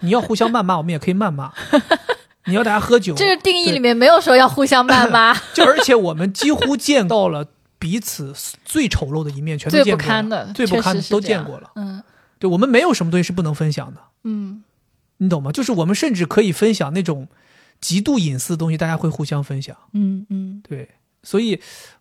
A: 你要互相谩骂，我们也可以谩骂；你要大家喝酒，
B: 这个定义
A: 对
B: 里面没有说要互相 谩骂，
A: 就而且我们几乎见到了彼此最丑陋的一面，全都
B: 最
A: 见
B: 不
A: 过
B: 堪
A: 了
B: 的，
A: 最不堪
B: 确
A: 的
B: 实是
A: 都
B: 这
A: 见
B: 样
A: 过了。
B: 嗯
A: 对我们没有什么东西是不能分享的，
B: 嗯，
A: 你懂吗？就是我们甚至可以分享那种极度隐私的东西，大家会互相分享。
B: 嗯嗯
A: 对，所以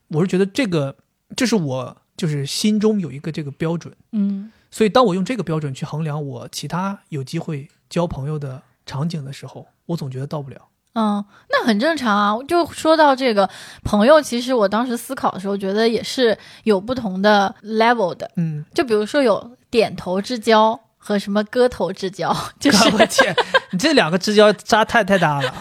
A: 我是觉得这个，这是我就是心中有一个这个标准，
B: 嗯
A: 所以当我用这个标准去衡量我其他有机会交朋友的场景的时候，我总觉得到不了。
B: 嗯，那很正常啊。就说到这个朋友，其实我当时思考的时候，觉得也是有不同的 level 的。
A: 嗯，
B: 就比如说有点头之交和什么割头之交，就是
A: 我天，你这两个之交差太太大了，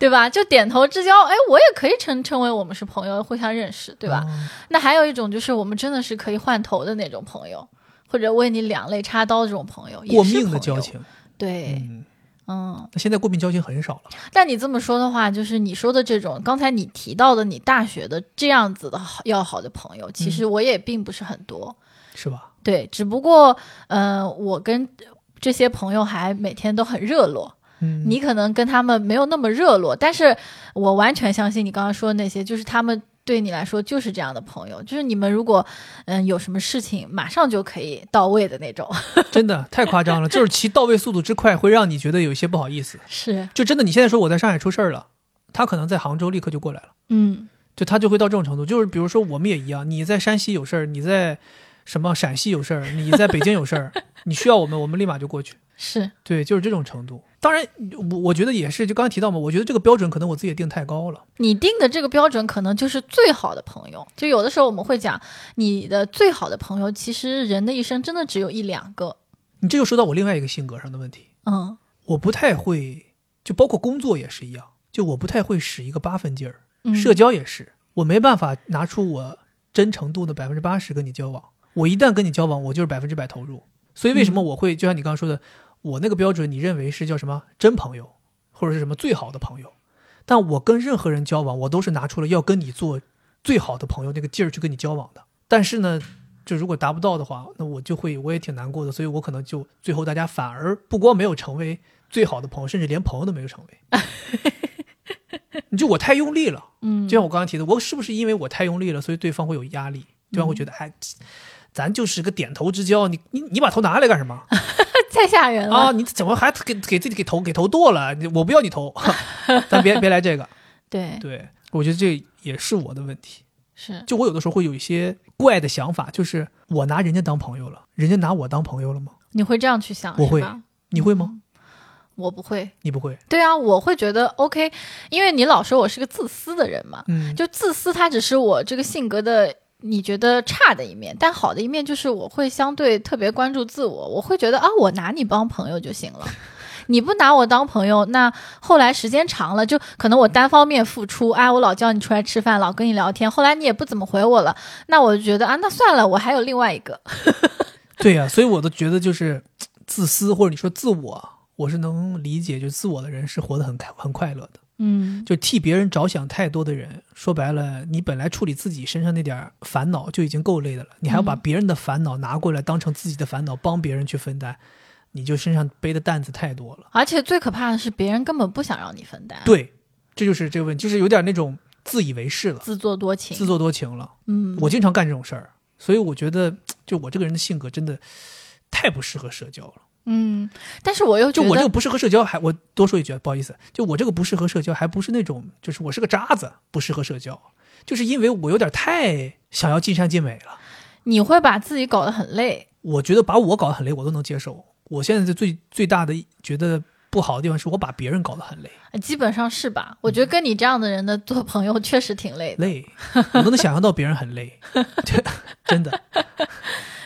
B: 对吧？就点头之交，哎，我也可以称称为我们是朋友，互相认识， 对吧？
A: 嗯
B: 那还有一种就是我们真的是可以换头的那种朋友，或者为你两肋插刀这种朋友，也
A: 过
B: 是
A: 命的
B: 朋
A: 交
B: 友。
A: 情，
B: 对，
A: 嗯，
B: 嗯。
A: 那现在过命交情很少了。
B: 但你这么说的话，就是你说的这种，刚才你提到的你大学的这样子的好要好的朋友，其实我也并不是很多。
A: 是吧？
B: 对，只不过，呃，我跟这些朋友还每天都很热络，
A: 嗯，
B: 你可能跟他们没有那么热络，但是我完全相信你刚刚说的那些，就是他们对你来说就是这样的朋友，就是你们如果嗯有什么事情，马上就可以到位的那种。
A: 真的太夸 张了，就是其到位速度之快，会让你觉得有一些不好意思。
B: 是，
A: 就真的，你现在说我在上海出事儿了，他可能在杭州立刻就过来了。
B: 嗯
A: 就他就会到这种程度。就是比如说，我们也一样，你在山西有事儿，你在什么陕西有事儿，你在北京有事儿，你需要我们，我们立马就过去。
B: 是，
A: 对，就是这种程度。当然，我我觉得也是，就刚才提到嘛，我觉得这个标准可能我自己也定太高了。
B: 你定的这个标准可能就是最好的朋友。就有的时候我们会讲，你的最好的朋友，其实人的一生真的只有一两个。
A: 你这就说到我另外一个性格上的问题，
B: 嗯
A: 我不太会，就包括工作也是一样，就我不太会使一个八分劲儿，
B: 嗯，
A: 社交也是，我没办法拿出我真诚度的百分之八十跟你交往。我一旦跟你交往，我就是百分之百投入。所以为什么我会、就像你刚刚说的，我那个标准你认为是叫什么真朋友，或者是什么最好的朋友？但我跟任何人交往，我都是拿出了要跟你做最好的朋友那个劲儿去跟你交往的。但是呢，就如果达不到的话，那我就会我也挺难过的。所以我可能就最后大家反而不光没有成为最好的朋友，甚至连朋友都没有成为。你就我太用力了。
B: 嗯，
A: 就像我刚刚提的，我是不是因为我太用力了，所以对方会有压力？对方会觉得，哎，咱就是个点头之交，你你你把头拿来干什么
B: 太吓人了。
A: 啊？你怎么还给给自己给头给头剁了？你我不要 你头，咱别别来这个。
B: 对，
A: 对，我觉得这也是我的问题。
B: 是
A: 就我有的时候会有一些怪的想法，就是我拿人家当朋友了，人家拿我当朋友了吗？
B: 你会这样去想，
A: 我会
B: 是吧？
A: 你会
B: 嗯
A: 吗？
B: 我不会，
A: 你不会，
B: 对啊，我会觉得 OK，因为你老说我是个自私的人嘛，
A: 嗯，
B: 就自私，它只是我这个性格的你觉得差的一面，但好的一面就是我会相对特别关注自我，我会觉得啊，我拿你当朋友就行了。你不拿我当朋友，那后来时间长了，就可能我单方面付出，哎，我老叫你出来吃饭，老跟你聊天，后来你也不怎么回我了，那我就觉得啊，那算了，我还有另外一个，
A: 对呀、所以我都觉得就是自私，或者你说自我，我是能理解，就自我的人是活得很开很快乐的。
B: 嗯，
A: 就替别人着想太多的人，说白了，你本来处理自己身上那点儿烦恼就已经够累的了，你还要
B: 嗯
A: 把别人的烦恼拿过来当成自己的烦恼，帮别人去分担，你就身上背的担子太多了。
B: 而且最可怕的是，别人根本不想让你分担，
A: 对，这就是这个问题，就是有点那种自以为是了，
B: 自作多情，
A: 自作多情了。
B: 嗯，
A: 我经常干这种事儿，所以我觉得，就我这个人的性格真的太不适合社交了。
B: 嗯，但是我又觉
A: 就
B: 得
A: 我这个不适合社交，还我多说一句，不好意思，就我这个不适合社交，还不是那种就是我是个渣子，不适合社交，就是因为我有点太想要尽善尽美了。
B: 你会把自己搞得很累，
A: 我觉得把我搞得很累，我都能接受。我现在的最最大的觉得不好的地方是我把别人搞得很累，
B: 呃基本上是吧？我
A: 嗯
B: 觉得跟你这样的人的做朋友确实挺累的，
A: 累，我都能想象到别人很累， 这真的。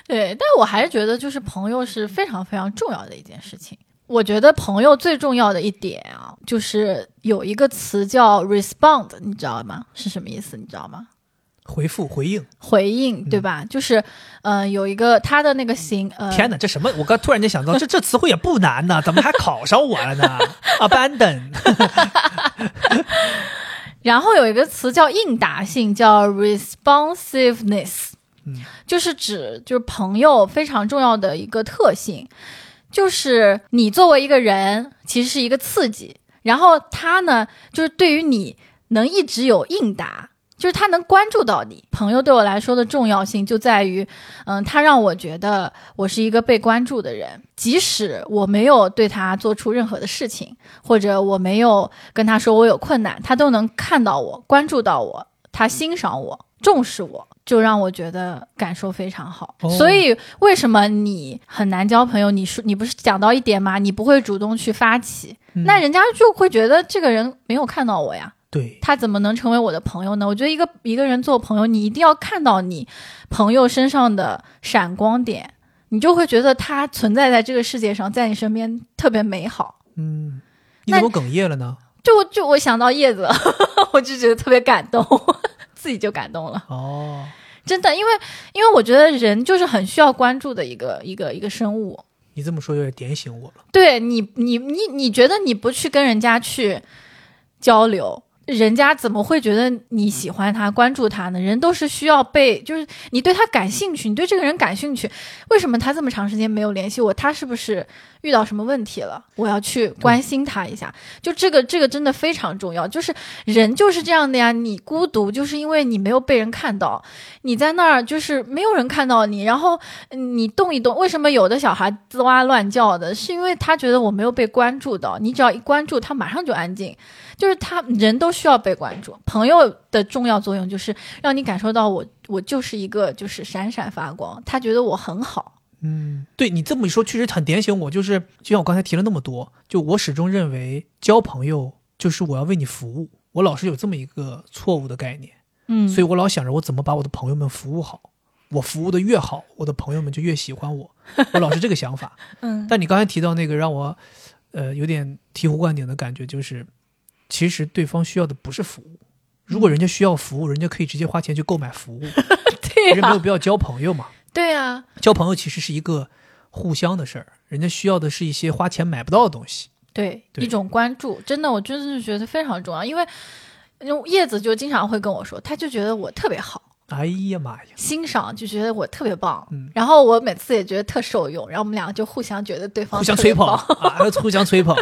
B: 对。但我还是觉得，就是朋友是非常非常重要的一件事情。我觉得朋友最重要的一点啊，就是有一个词叫 respond，你知道吗？是什么意思？你知道吗？
A: 回复回应，
B: 回应对吧？就是，呃，有一个他的那个行，
A: 嗯
B: 呃，
A: 天哪，这什么？我刚突然间想到，这这词汇也不难呐，怎么还考上我了 呢？Abandon，
B: 然后有一个词叫应答性，叫 responsiveness，、
A: 嗯
B: 就是指就是朋友非常重要的一个特性，就是你作为一个人其实是一个刺激，然后他呢就是对于你能一直有应答。就是他能关注到你，朋友对我来说的重要性就在于，嗯，他让我觉得我是一个被关注的人，即使我没有对他做出任何的事情，或者我没有跟他说我有困难，他都能看到我，关注到我，他欣赏我，重视我，就让我觉得感受非常好。
A: 哦
B: 所以为什么你很难交朋友？你说你不是讲到一点吗？你不会主动去发起，
A: 嗯
B: 那人家就会觉得这个人没有看到我呀。
A: 对，
B: 他怎么能成为我的朋友呢？我觉得一个一个人做朋友，你一定要看到你朋友身上的闪光点，你就会觉得他存在在这个世界上，在你身边特别美好。
A: 嗯，你怎么哽咽了呢？
B: 就就我想到叶子了， 我就觉得特别感动， 自己就感动了。
A: 哦，
B: 真的，因为因为我觉得人就是很需要关注的一个一个一个生物。
A: 你这么说有点点醒我了。
B: 对你，你你你觉得你不去跟人家去交流，人家怎么会觉得你喜欢他、关注他呢？人都是需要被，就是你对他感兴趣，你对这个人感兴趣，为什么他这么长时间没有联系我？他是不是遇到什么问题了？我要去关心他一下。就这个，这个真的非常重要。就是人就是这样的呀，你孤独就是因为你没有被人看到，你在那儿就是没有人看到你，然后你动一动，为什么有的小孩吱哇乱叫的？是因为他觉得我没有被关注到。你只要一关注，他马上就安静。就是他人都需要被关注。朋友的重要作用就是让你感受到我，我就是一个就是闪闪发光。他觉得我很好，
A: 嗯，对你这么一说，确实很点醒我。就是就像我刚才提了那么多，就我始终认为交朋友就是我要为你服务。我老是有这么一个错误的概念，
B: 嗯
A: 所以我老想着我怎么把我的朋友们服务好。我服务的越好，我的朋友们就越喜欢 我。我老是这个想法。
B: 嗯
A: 但你刚才提到那个让我，呃，有点醍醐灌顶的感觉，就是其实对方需要的不是服务。如果人家需要服务，人家可以直接花钱去购买服务，
B: 嗯 对
A: 人家没
B: 呀、
A: 有必要交朋友嘛。
B: 对呀、啊，
A: 交朋友其实是一个互相的事儿，人家需要的是一些花钱买不到的东西。
B: 对
A: 对
B: 一种关注，真的，我呃真的是觉得非常重要，因为因为叶子就经常会跟我说，他就觉得我特别好，
A: 哎呀妈呀，
B: 欣赏，就觉得我特别棒。
A: 嗯
B: 然后我每次也觉得特受用，然后我们两个就互相觉得对方
A: 互相
B: 特别
A: 吹捧
B: 棒。
A: 啊， 互相吹捧，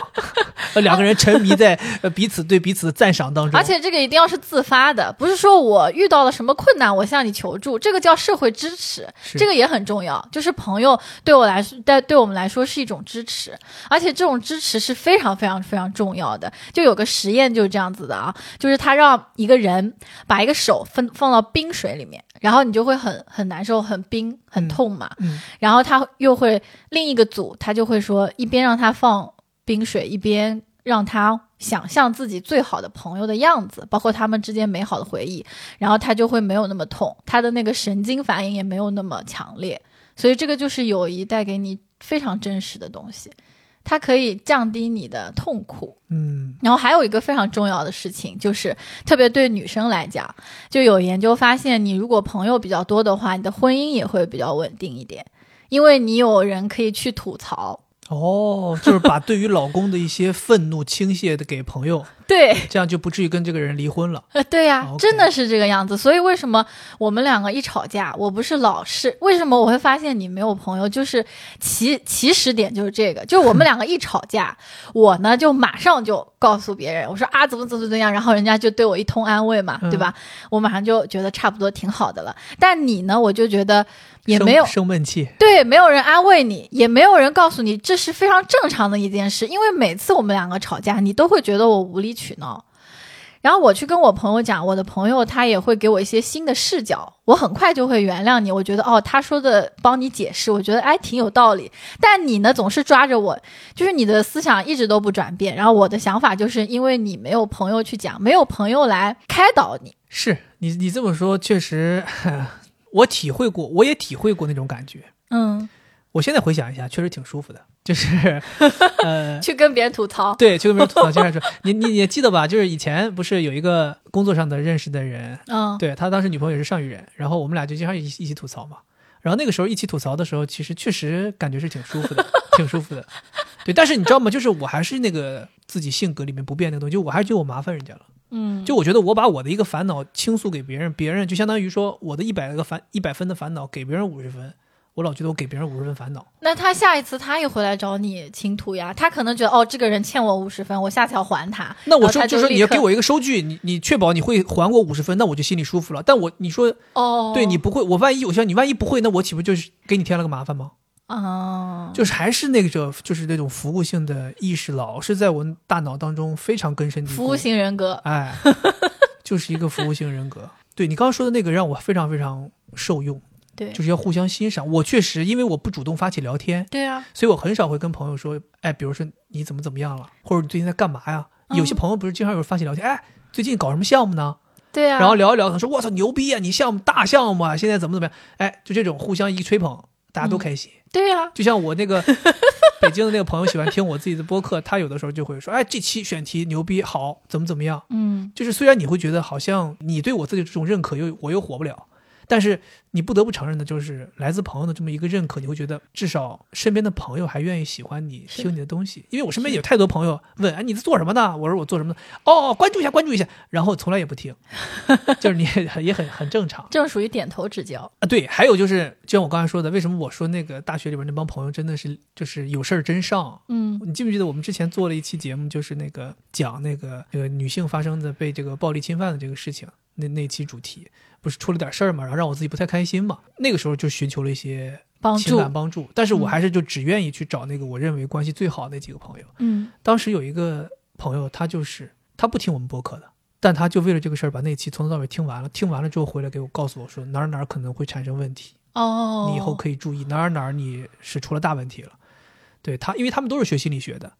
A: 呃两个人沉迷在呃彼此对彼此的赞赏当中，
B: 而且这个一定要是自发的，不是说我遇到了什么困难，我向你求助，这个叫社会支持，
A: 是
B: 这个也很重要。就是朋友对我来说，在对我们来说是一种支持，而且这种支持是非常非常非常重要的。就有个实验就是这样子的啊，就是他让一个人把一个手放放到冰水里面，然后你就会很很难受、很冰、很
A: 嗯
B: 痛嘛。
A: 嗯
B: 然后他又会另一个组，他就会说一边让他放冰水，一边让他想象自己最好的朋友的样子，包括他们之间美好的回忆，然后他就会没有那么痛，他的那个神经反应也没有那么强烈，所以这个就是友谊带给你非常真实的东西，它可以降低你的痛苦。
A: 嗯
B: 然后还有一个非常重要的事情，就是特别对女生来讲，就有研究发现，你如果朋友比较多的话，你的婚姻也会比较稳定一点，因为你有人可以去吐槽。
A: 哦，就是把对于老公的一些愤怒倾泻的给朋友，
B: 对，
A: 这样就不至于跟这个人离婚了。
B: 呃，对呀、
A: 啊 OK
B: 真的是这个样子。所以为什么我们两个一吵架，我不是老是为什么我会发现你没有朋友，就是起起始点就是这个，就是我 们两个一吵架，我呢就马上就告诉别人，我说啊怎么怎么怎么样，然后人家就对我一通安慰嘛，
A: 嗯
B: 对吧？我马上就觉得差不多挺好的了。但你呢，我就觉得也没有
A: 生生闷气，
B: 对，没有人安慰你，也没有人告诉你这是非常正常的一件事，因为每次我们两个吵架，你都会觉得我无理取闹。然后我去跟我朋友讲，我的朋友他也会给我一些新的视角，我很快就会原谅你。我觉得哦，他说的帮你解释，我觉得哎挺有道理。但你呢，总是抓着我，就是你的思想一直都不转变。然后我的想法就是因为你没有朋友去讲，没有朋友来开导你。
A: 是你你这么说确实， 我体会过，我也体会过那种感觉。
B: 嗯，
A: 我现在回想一下，确实挺舒服的，就是呃，
B: 去跟别人吐槽。
A: 对，就跟别人吐槽，就是说你你你也记得吧？就是以前不是有一个工作上的认识的人，
B: 嗯，
A: 对他当时女朋友也是上虞人，然后我们俩就经常一起一起吐槽嘛。然后那个时候一起吐槽的时候，其实确实感觉是挺舒服的，挺舒服的。对，但是你知道吗？就是我还是那个自己性格里面不变那个东西，就我还是觉得我麻烦人家了。
B: 嗯，
A: 就我觉得我把我的一个烦恼倾诉给别人，别人就相当于说我的一百个烦一百分的烦恼给别人五十分，我老觉得我给别人五十分烦恼。
B: 那他下一次他也回来找你倾吐呀，他可能觉得哦，这个人欠我五十分，我下次要还他。
A: 那我
B: 然后
A: 说
B: 他
A: 就
B: 就是
A: 说
B: 立
A: 你要
B: 刻
A: 给我一个收据，你你确保你会还我五十分，那我就心里舒服了。但我你说
B: 哦，
A: 对你不会，我万一有效，你万一不会，那我岂不就是给你添了个麻烦吗？
B: 啊，
A: 就是还是那个就是那种服务性的意识，老是在我大脑当中非常根深蒂固。
B: 服务，型人格，
A: 哎，就是一个服务型人格。对你刚刚说的那个让我非常非常受用，
B: 对
A: 就是要互相欣赏。我确实因为我不主动发起聊天，
B: 对啊，
A: 所以我很少会跟朋友说，哎，比如说你怎么怎么样了，或者你最近在干嘛呀？
B: 嗯
A: 有些朋友不是经常有人发起聊天，哎，最近搞什么项目呢？
B: 对啊，
A: 然后聊一聊，他说我操牛逼啊，你项目大项目啊，现在怎么怎么样？哎，就这种互相一吹捧，大家都
B: 嗯
A: 开心。
B: 对啊，
A: 就像我那 个北京的那个朋友喜欢听我自己的播客，他有的时候就会说，哎，这期选题牛逼，好，怎么怎么样。
B: 嗯，
A: 就是虽然你会觉得好像你对我自己这种认可又我又火不了，但是你不得不承认的就是来自朋友的这么一个认可，你会觉得至少身边的朋友还愿意喜欢你
B: 是
A: 听你的东西，因为我身边有太多朋友问哎你在做什么呢？我说我做什么呢？哦，关注一下关注一下，然后从来也不听，就是你也也很很正常
B: 这种属于点头之交，
A: 啊。对，还有就是就像我刚才说的，为什么我说那个大学里边那帮朋友真的是就是有事儿真上，
B: 嗯
A: 你记不记得我们之前做了一期节目，就是那个讲那个那个女性发生的被这个暴力侵犯的这个事情，那那期主题不是出了点事儿嘛，然后让我自己不太开心嘛。那个时候就寻求了一些
B: 帮
A: 情
B: 助，
A: 感帮助，但是我
B: 嗯
A: 还是就只愿意去找那个我认为关系最好的那几个朋友。
B: 嗯，
A: 当时有一个朋友，他就是他不听我们播客的，但他就为了这个事儿把那期从头到尾听完了，听完了之后回来给我告诉我说哪儿哪儿可能会产生问题，
B: 哦，
A: 你以后可以注意哪儿哪儿你是出了大问题了。对他，因为他们都是学心理学的，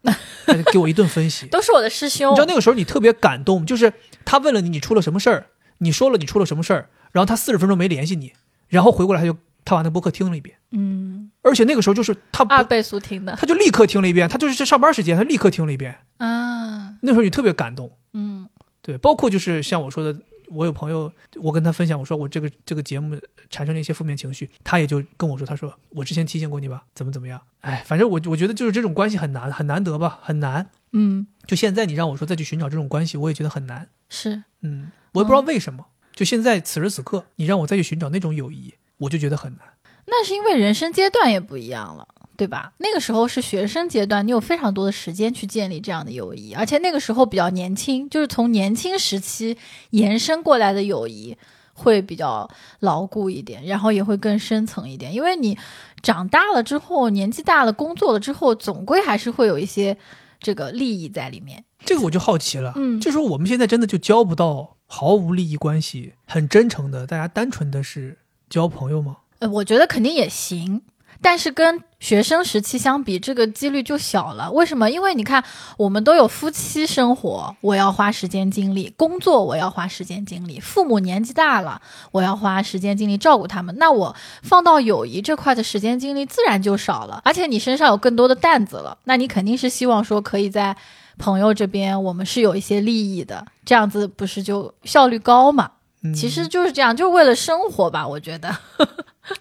A: 他就给我一顿分析。
B: 都是我的师兄，
A: 你知道那个时候你特别感动，就是他问了你你出了什么事儿，你说了你出了什么事儿，然后他四十分钟没联系你，然后回过来他就他把那播客听了一遍，
B: 嗯，
A: 而且那个时候就是他不
B: 二倍速听的
A: 他就立刻听了一遍，他就是在上班时间他立刻听了一遍，
B: 啊，
A: 那时候你特别感动。
B: 嗯
A: 对，包括就是像我说的，我有朋友，我跟他分享，我说我这个这个节目产生了一些负面情绪，他也就跟我说，他说我之前提醒过你吧，怎么怎么样，哎，反正我我觉得就是这种关系很难很难得吧，很难。
B: 嗯
A: 就现在你让我说再去寻找这种关系，我也觉得很难。
B: 是。
A: 嗯，我也不知道为什么，就现在此时此刻，你让我再去寻找那种友谊，我就觉得很难。
B: 那是因为人生阶段也不一样了，对吧？那个时候是学生阶段，你有非常多的时间去建立这样的友谊，而且那个时候比较年轻，就是从年轻时期延伸过来的友谊会比较牢固一点，然后也会更深层一点。因为你长大了之后，年纪大了，工作了之后，总归还是会有一些这个利益在里面。
A: 这个我就好奇了，
B: 嗯
A: 就说我们现在真的就交不到毫无利益关系、很真诚的，大家单纯的是交朋友吗？
B: 呃，我觉得肯定也行，但是跟学生时期相比，这个几率就小了。为什么？因为你看，我们都有夫妻生活，我要花时间精力；工作我要花时间精力；父母年纪大了，我要花时间精力照顾他们。那我放到友谊这块的时间精力自然就少了，而且你身上有更多的担子了，那你肯定是希望说可以在。朋友这边，我们是有一些利益的，这样子不是就效率高嘛？
A: 嗯，
B: 其实就是这样，就是为了生活吧，我觉得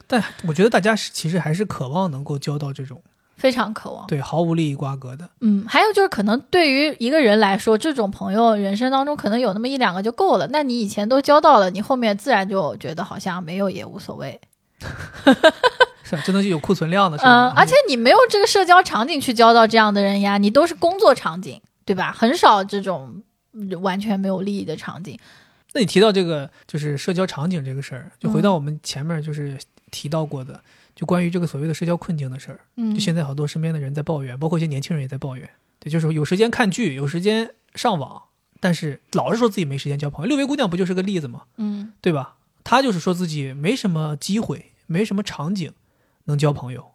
A: 但我觉得大家是其实还是渴望能够交到这种
B: 非常渴望。
A: 对毫无利益瓜葛的。
B: 嗯，还有就是，可能对于一个人来说，这种朋友人生当中可能有那么一两个就够了。那你以前都交到了，你后面自然就觉得好像没有也无所谓。
A: 是啊，真的是有库存量的，是啊
B: 嗯，
A: 吧？
B: 而且你没有这个社交场景去交到这样的人呀，你都是工作场景，对吧？很少这种嗯完全没有利益的场景。
A: 那你提到这个就是社交场景这个事儿，就回
B: 嗯
A: 到我们前面就是提到过的，就关于这个所谓的社交困境的事儿。
B: 嗯
A: 就，现在好多身边的人在抱怨，包括一些年轻人也在抱怨，对，就是有时间看剧，有时间上网，但是老是说自己没时间交朋友。六位姑娘不就是个例子吗？
B: 嗯，
A: 对吧？她就是说自己没什么机会，没什么场景能交朋友，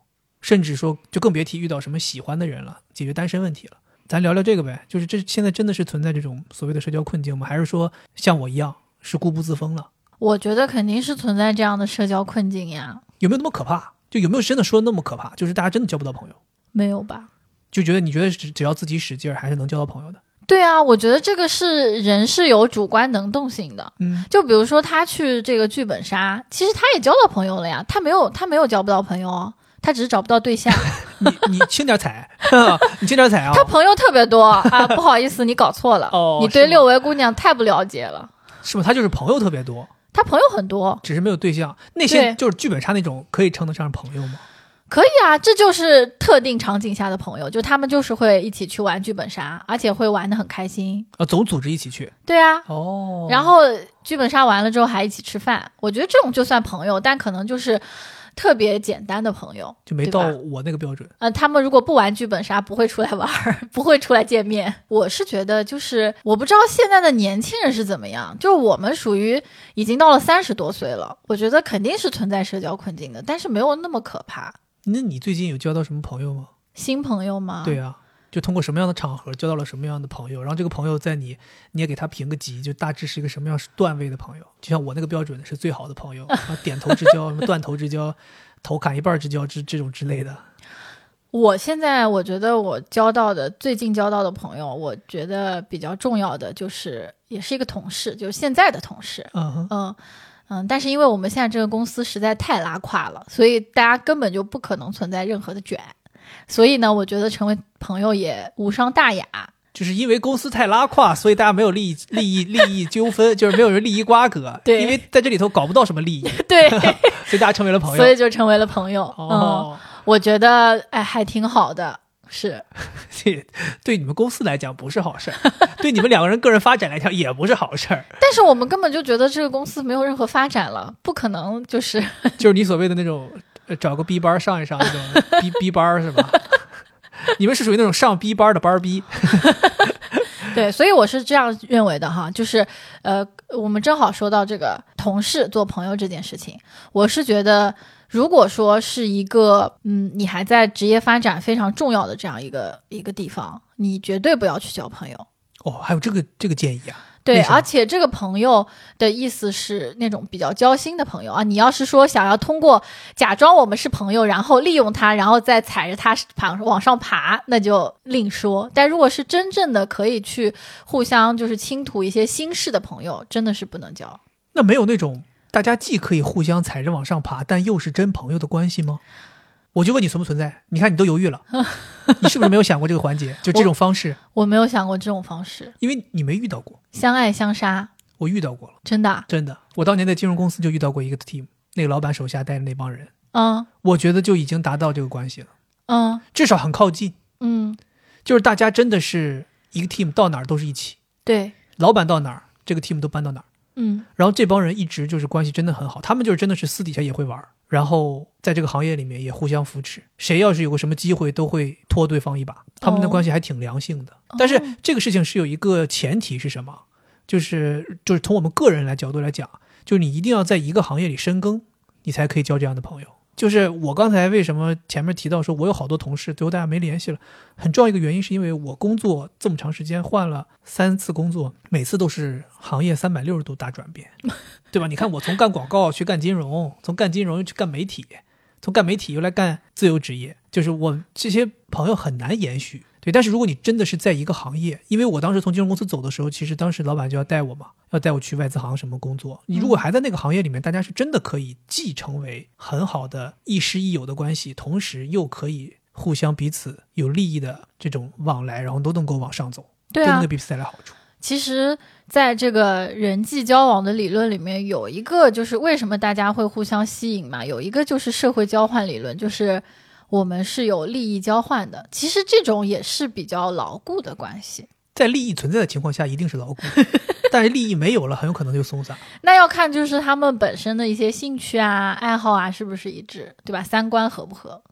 A: 甚至说就更别提遇到什么喜欢的人了，解决单身问题了。咱聊聊这个呗，就是这现在真的是存在这种所谓的社交困境吗？还是说像我一样是固步自封了？
B: 我觉得肯定是存在这样的社交困境呀，
A: 有没有那么可怕？就有没有真的说那么可怕？就是大家真的交不到朋友，
B: 没有吧？
A: 就觉得你觉得只只要自己使劲儿，还是能交到朋友的。
B: 对啊，我觉得这个是人是有主观能动性的。
A: 嗯，
B: 就比如说他去这个剧本杀，其实他也交到朋友了呀，他没有他没有交不到朋友哦，他只是找不到对象，
A: 哦你你轻点踩， 你轻点踩啊！
B: 他朋友特别多啊，不好意思，你搞错了，
A: 哦
B: 你
A: 是
B: 对
A: 吗
B: 六维姑娘太不了解了，
A: 是吗？他就是朋友特别多，
B: 他朋友很多，
A: 只是没有对象。那
B: 对
A: 些就是剧本杀那种，可以称得上是朋友吗？
B: 可以啊，这就是特定场景下的朋友，就他们就是会一起去玩剧本杀，而且会玩的很开心，
A: 啊，总组织一起去
B: 对啊，
A: 哦
B: 然后剧本杀完了之后还一起吃饭，我觉得这种就算朋友，但可能就是特别简单的朋友，
A: 就没
B: 对
A: 到
B: 吧
A: 我那个标准。
B: 呃，他们如果不玩剧本杀，不会出来玩儿， 不会出来见面。我是觉得，就是我不知道现在的年轻人是怎么样，就是我们属于已经到了三十多岁了，我觉得肯定是存在社交困境的，但是没有那么可怕。
A: 那你最近有交到什么朋友吗？
B: 新朋友吗？
A: 对啊，就通过什么样的场合交到了什么样的朋友，然后这个朋友在你，你也给他评个级，就大致是一个什么样段位的朋友。就像我那个标准是最好的朋友，什么点头之交、什么断头之交、头砍一半之交之这种之类的。
B: 我现在我觉得我交到的最近交到的朋友，我觉得比较重要的就是也是一个同事，就是现在的同事，
A: 嗯哼，
B: 嗯嗯，但是因为我们现在这个公司实在太拉胯了，所以大家根本就不可能存在任何的卷，所以呢，我觉得成为朋友也无伤大雅。
A: 就是因为公司太拉胯，所以大家没有利益、利益、利益纠纷，就是没有人利益瓜葛。
B: 对
A: 因为在这里头搞不到什么利益，
B: 对，
A: 所以大家成为了朋
B: 所
A: 友。
B: 以就成为了朋友。
A: 哦，
B: 嗯，我觉得哎还挺好的，是
A: 这对你们公司来讲不是好事儿，对你们两个人个人发展来讲也不是好事儿。
B: 但是我们根本就觉得这个公司没有任何发展了，不可能就是
A: 就是你所谓的那种呃找个 B 班儿上一上那种 B B 班儿是吧？ 你们是属于那种上 B 班儿的班儿逼，
B: 对，所以我是这样认为的哈，就是呃，我们正好说到这个同事做朋友这件事情，我是觉得，如果说是一个嗯，你还在职业发展非常重要的这样一个一个地方，你绝对不要去交朋友。
A: 哦，还有这个这个建议啊，
B: 对，
A: 为什么
B: 而且这个朋友的意思是那种比较交心的朋友啊。你要是说想要通过假装我们是朋友，然后利用他，然后再踩着他爬往上爬，那就另说。但如果是真正的可以去互相就是倾吐一些心事的朋友，真的是不能交。
A: 那没有那种大家既可以互相踩着往上爬，但又是真朋友的关系吗？我就问你存不存在？你看你都犹豫了，你是不是没有想过这个环节？就这种方式，
B: 我没有想过这种方式，
A: 因为你没遇到过。
B: 相爱相杀。
A: 我遇到过了，
B: 真的啊，
A: 真的。我当年在金融公司就遇到过一个 team，那个老板手下带的那帮人，
B: 嗯
A: 我觉得就已经达到这个关系了，
B: 嗯
A: 至少很靠近。
B: 嗯，
A: 就是大家真的是一个 team，到哪儿都是一起，
B: 对，
A: 老板到哪儿，这个 team 都搬到哪儿。
B: 嗯
A: 然后这帮人一直就是关系真的很好，他们就是真的是私底下也会玩儿，然后在这个行业里面也互相扶持，谁要是有个什么机会都会拖对方一把，他们的
B: 哦
A: 关系还挺良性的。但是这个事情是有一个前提是什么？就是就是从我们个人来角度来讲，就是你一定要在一个行业里深耕，你才可以交这样的朋友。就是我刚才为什么前面提到说我有好多同事，最后大家没联系了，很重要一个原因是因为我工作这么长时间换了三次工作，每次都是行业三百六十度大转变，对吧？你看我从干广告去干金融，从干金融又去干媒体，从干媒体又来干自由职业，就是我这些朋友很难延续。对，但是如果你真的是在一个行业，因为我当时从金融公司走的时候，其实当时老板就要带我嘛，要带我去外资行什么工作。你
B: 嗯
A: 如果还在那个行业里面，大家是真的可以既成为很好的亦师亦友的关系，同时又可以互相彼此有利益的这种往来，然后都能够往上走，
B: 对
A: 都
B: 啊
A: 能给，彼此带来好处。
B: 其实，在这个人际交往的理论里面，有一个就是为什么大家会互相吸引嘛？有一个就是社会交换理论，就是我们是有利益交换的。其实这种也是比较牢固的关系。
A: 在利益存在的情况下，一定是牢固的，但是利益没有了，很有可能就松散。
B: 那要看就是他们本身的一些兴趣啊、爱好啊是不是一致，对吧？三观合不合，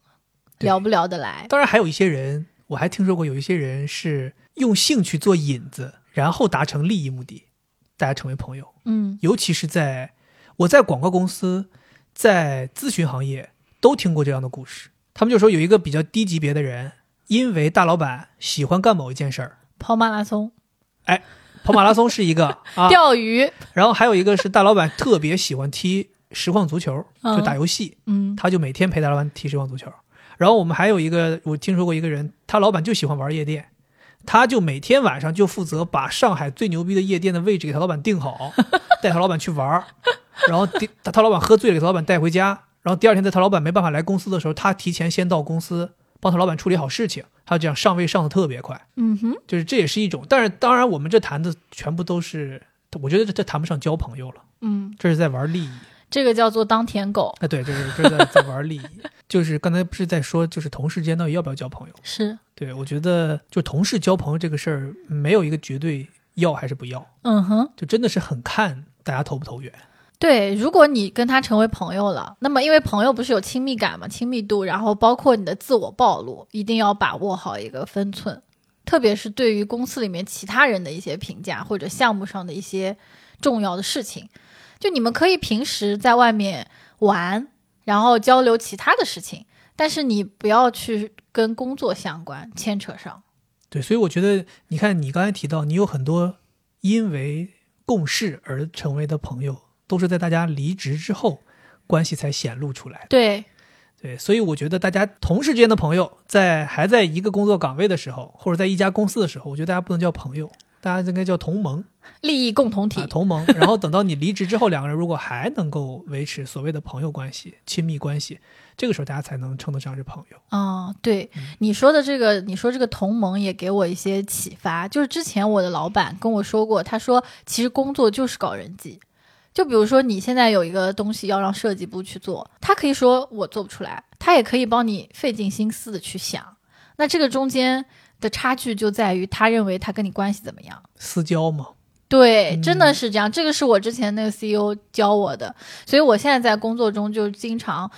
A: 对
B: 聊不聊得来？
A: 当然，还有一些人，我还听说过有一些人是用兴趣做引子，然后达成利益目的，大家成为朋友。
B: 嗯
A: 尤其是在我在广告公司、在咨询行业都听过这样的故事。他们就说有一个比较低级别的人，因为大老板喜欢干某一件事儿，
B: 跑马拉松、
A: 跑马拉松是一个 啊，
B: 钓鱼，
A: 然后还有一个是大老板特别喜欢踢实况足球，就打游戏，
B: 嗯
A: 他就每天陪大老板踢实况足球。然后我们还有一个，我听说过一个人，他老板就喜欢玩夜店，他就每天晚上就负责把上海最牛逼的夜店的位置给他老板定好，带他老板去玩儿，然后第他他老板喝醉了，给他老板带回家。然后第二天在他老板没办法来公司的时候，他提前先到公司帮他老板处理好事情，他这样上位上的特别快，
B: 嗯哼，
A: 就是这也是一种。但是当然我们这谈的全部都是，我觉得这这谈不上交朋友了，
B: 嗯，
A: 这是在玩利益。
B: 这个叫做当舔狗，
A: 啊，对，就是就是在在玩利益， 就是刚才不是在说，就是同事间到底要不要交朋友？
B: 是，
A: 对我觉得，就同事交朋友这个事儿，没有一个绝对要还是不要，
B: 嗯哼。
A: 就真的是很看大家投不投缘。
B: 对，如果你跟他成为朋友了，那么因为朋友不是有亲密感嘛，亲密度，然后包括你的自我暴露，一定要把握好一个分寸，特别是对于公司里面其他人的一些评价或者项目上的一些重要的事情，就你们可以平时在外面玩，然后交流其他的事情，但是你不要去跟工作相关牵扯上。
A: 对，所以我觉得，你看你刚才提到，你有很多因为共事而成为的朋友，都是在大家离职之后关系才显露出来的。
B: 对，
A: 对，所以我觉得大家同事之间的朋友，在还在一个工作岗位的时候，或者在一家公司的时候，我觉得大家不能叫朋友，大家应该叫同盟。
B: 利益共同体。
A: 啊，同盟。然后等到你离职之后，两个人如果还能够维持所谓的朋友关系、亲密关系，这个时候大家才能称得上是朋友。
B: 哦，对你说的这个，你说这个同盟也给我一些启发。就是之前我的老板跟我说过，他说其实工作就是搞人际。就比如说你现在有一个东西要让设计部去做，他可以说我做不出来，他也可以帮你费尽心思的去想。那这个中间的差距就在于他认为他跟你关系怎么样。
A: 私交嘛，
B: 对，
A: 嗯
B: 真的是这样。这个是我之前那个 CEO 教我的，所以我现在在工作中就经常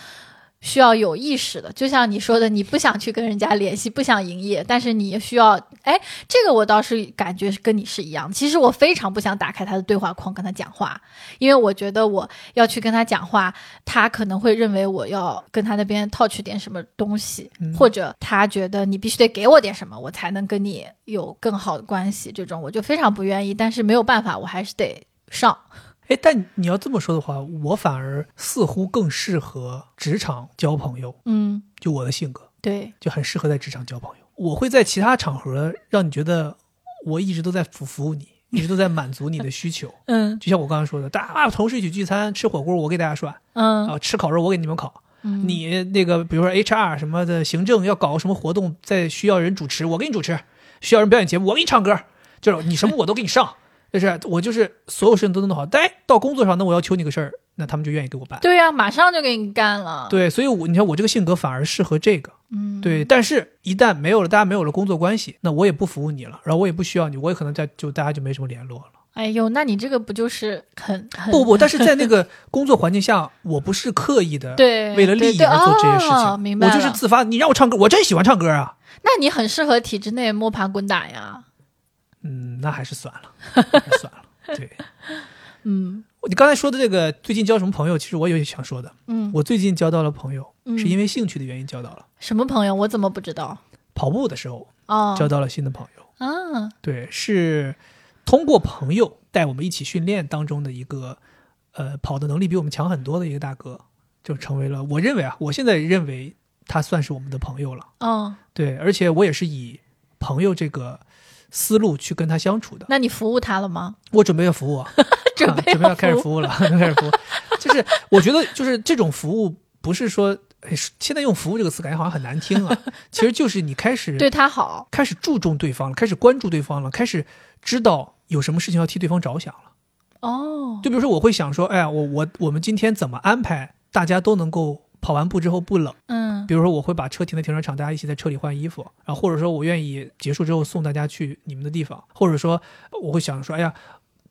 B: 需要有意识的，就像你说的，你不想去跟人家联系，不想营业，但是你也需要，哎，这个我倒是感觉是跟你是一样的。其实我非常不想打开他的对话框跟他讲话，因为我觉得我要去跟他讲话，他可能会认为我要跟他那边套取点什么东西，
A: 嗯
B: 或者他觉得你必须得给我点什么，我才能跟你有更好的关系。这种我就非常不愿意，但是没有办法，我还是得上。
A: 哎，但你要这么说的话，我反而似乎更适合职场交朋友，
B: 嗯，
A: 就我的性格
B: 对，
A: 就很适合在职场交朋友。我会在其他场合让你觉得我一直都在服服务你，一直都在满足你的需求。
B: 嗯
A: 就像我刚刚说的，大家同事一起聚餐吃火锅，我给大家涮
B: 嗯
A: 啊；吃烤肉，我给你们烤。
B: 嗯，
A: 你那个比如说 HR 什么的，行政要搞什么活动，在需要人主持，我给你主持；需要人表演节目，我给你唱歌，就是你什么我都给你上。就是我就是所有事情都弄得好，但哎到工作上，那我要求你个事儿，那他们就愿意给我办。
B: 对呀、啊马上就给你干了。，
A: 对，所以我你看我这个性格反而适合这个，
B: 嗯，
A: 对。但是，一旦没有了，大家没有了工作关系，那我也不服务你了，然后我也不需要你，我也可能在就大家就没什么联络了。
B: 哎呦，那你这个不就是很很
A: 不不，但是在那个工作环境下，我不是刻意的
B: 对
A: 为了利益
B: 对对
A: 而做这些事
B: 哦、
A: 情，
B: 明白
A: 我
B: 了。
A: 就是自发。你让我唱歌，我真喜欢唱歌啊。
B: 那你很适合体制内摸爬滚打呀。
A: 嗯，那还是算了，还是算了。对，
B: 嗯
A: 你刚才说的这个最近交什么朋友，其实我有想说的。
B: 嗯，
A: 我最近交到了朋友，
B: 嗯
A: 是因为兴趣的原因交到了。
B: 什么朋友？我怎么不知道？
A: 跑步的时候
B: 哦，
A: 交到了新的朋友，
B: 啊，
A: 对，是通过朋友带我们一起训练当中的一个，呃，跑的能力比我们强很多的一个大哥，就成为了我认为啊，我现在认为他算是我们的朋友了。
B: 哦，
A: 对，而且我也是以朋友这个思路去跟他相处的。
B: 那你服务他了吗？
A: 我准备要服务啊，
B: 准
A: 啊
B: 备
A: 准备要开始
B: 务
A: 服务了， 开始服务。就是我觉得，就是这种服务不是说，哎现在用“服务”这个词感觉好像很难 听啊，其实就是你开始
B: 对他好。
A: 开始注重对方了，开始关注对方了，开始知道有什么事情要替对方着想了。
B: 哦，
A: 就比如说，我会想说，哎呀，我我我们今天怎么安排，大家都能够跑完步之后不冷。
B: 嗯
A: 比如说我会把车停在停车场，大家一起在车里换衣服，然后或者说我愿意结束之后送大家去你们的地方，或者说我会想说，哎呀，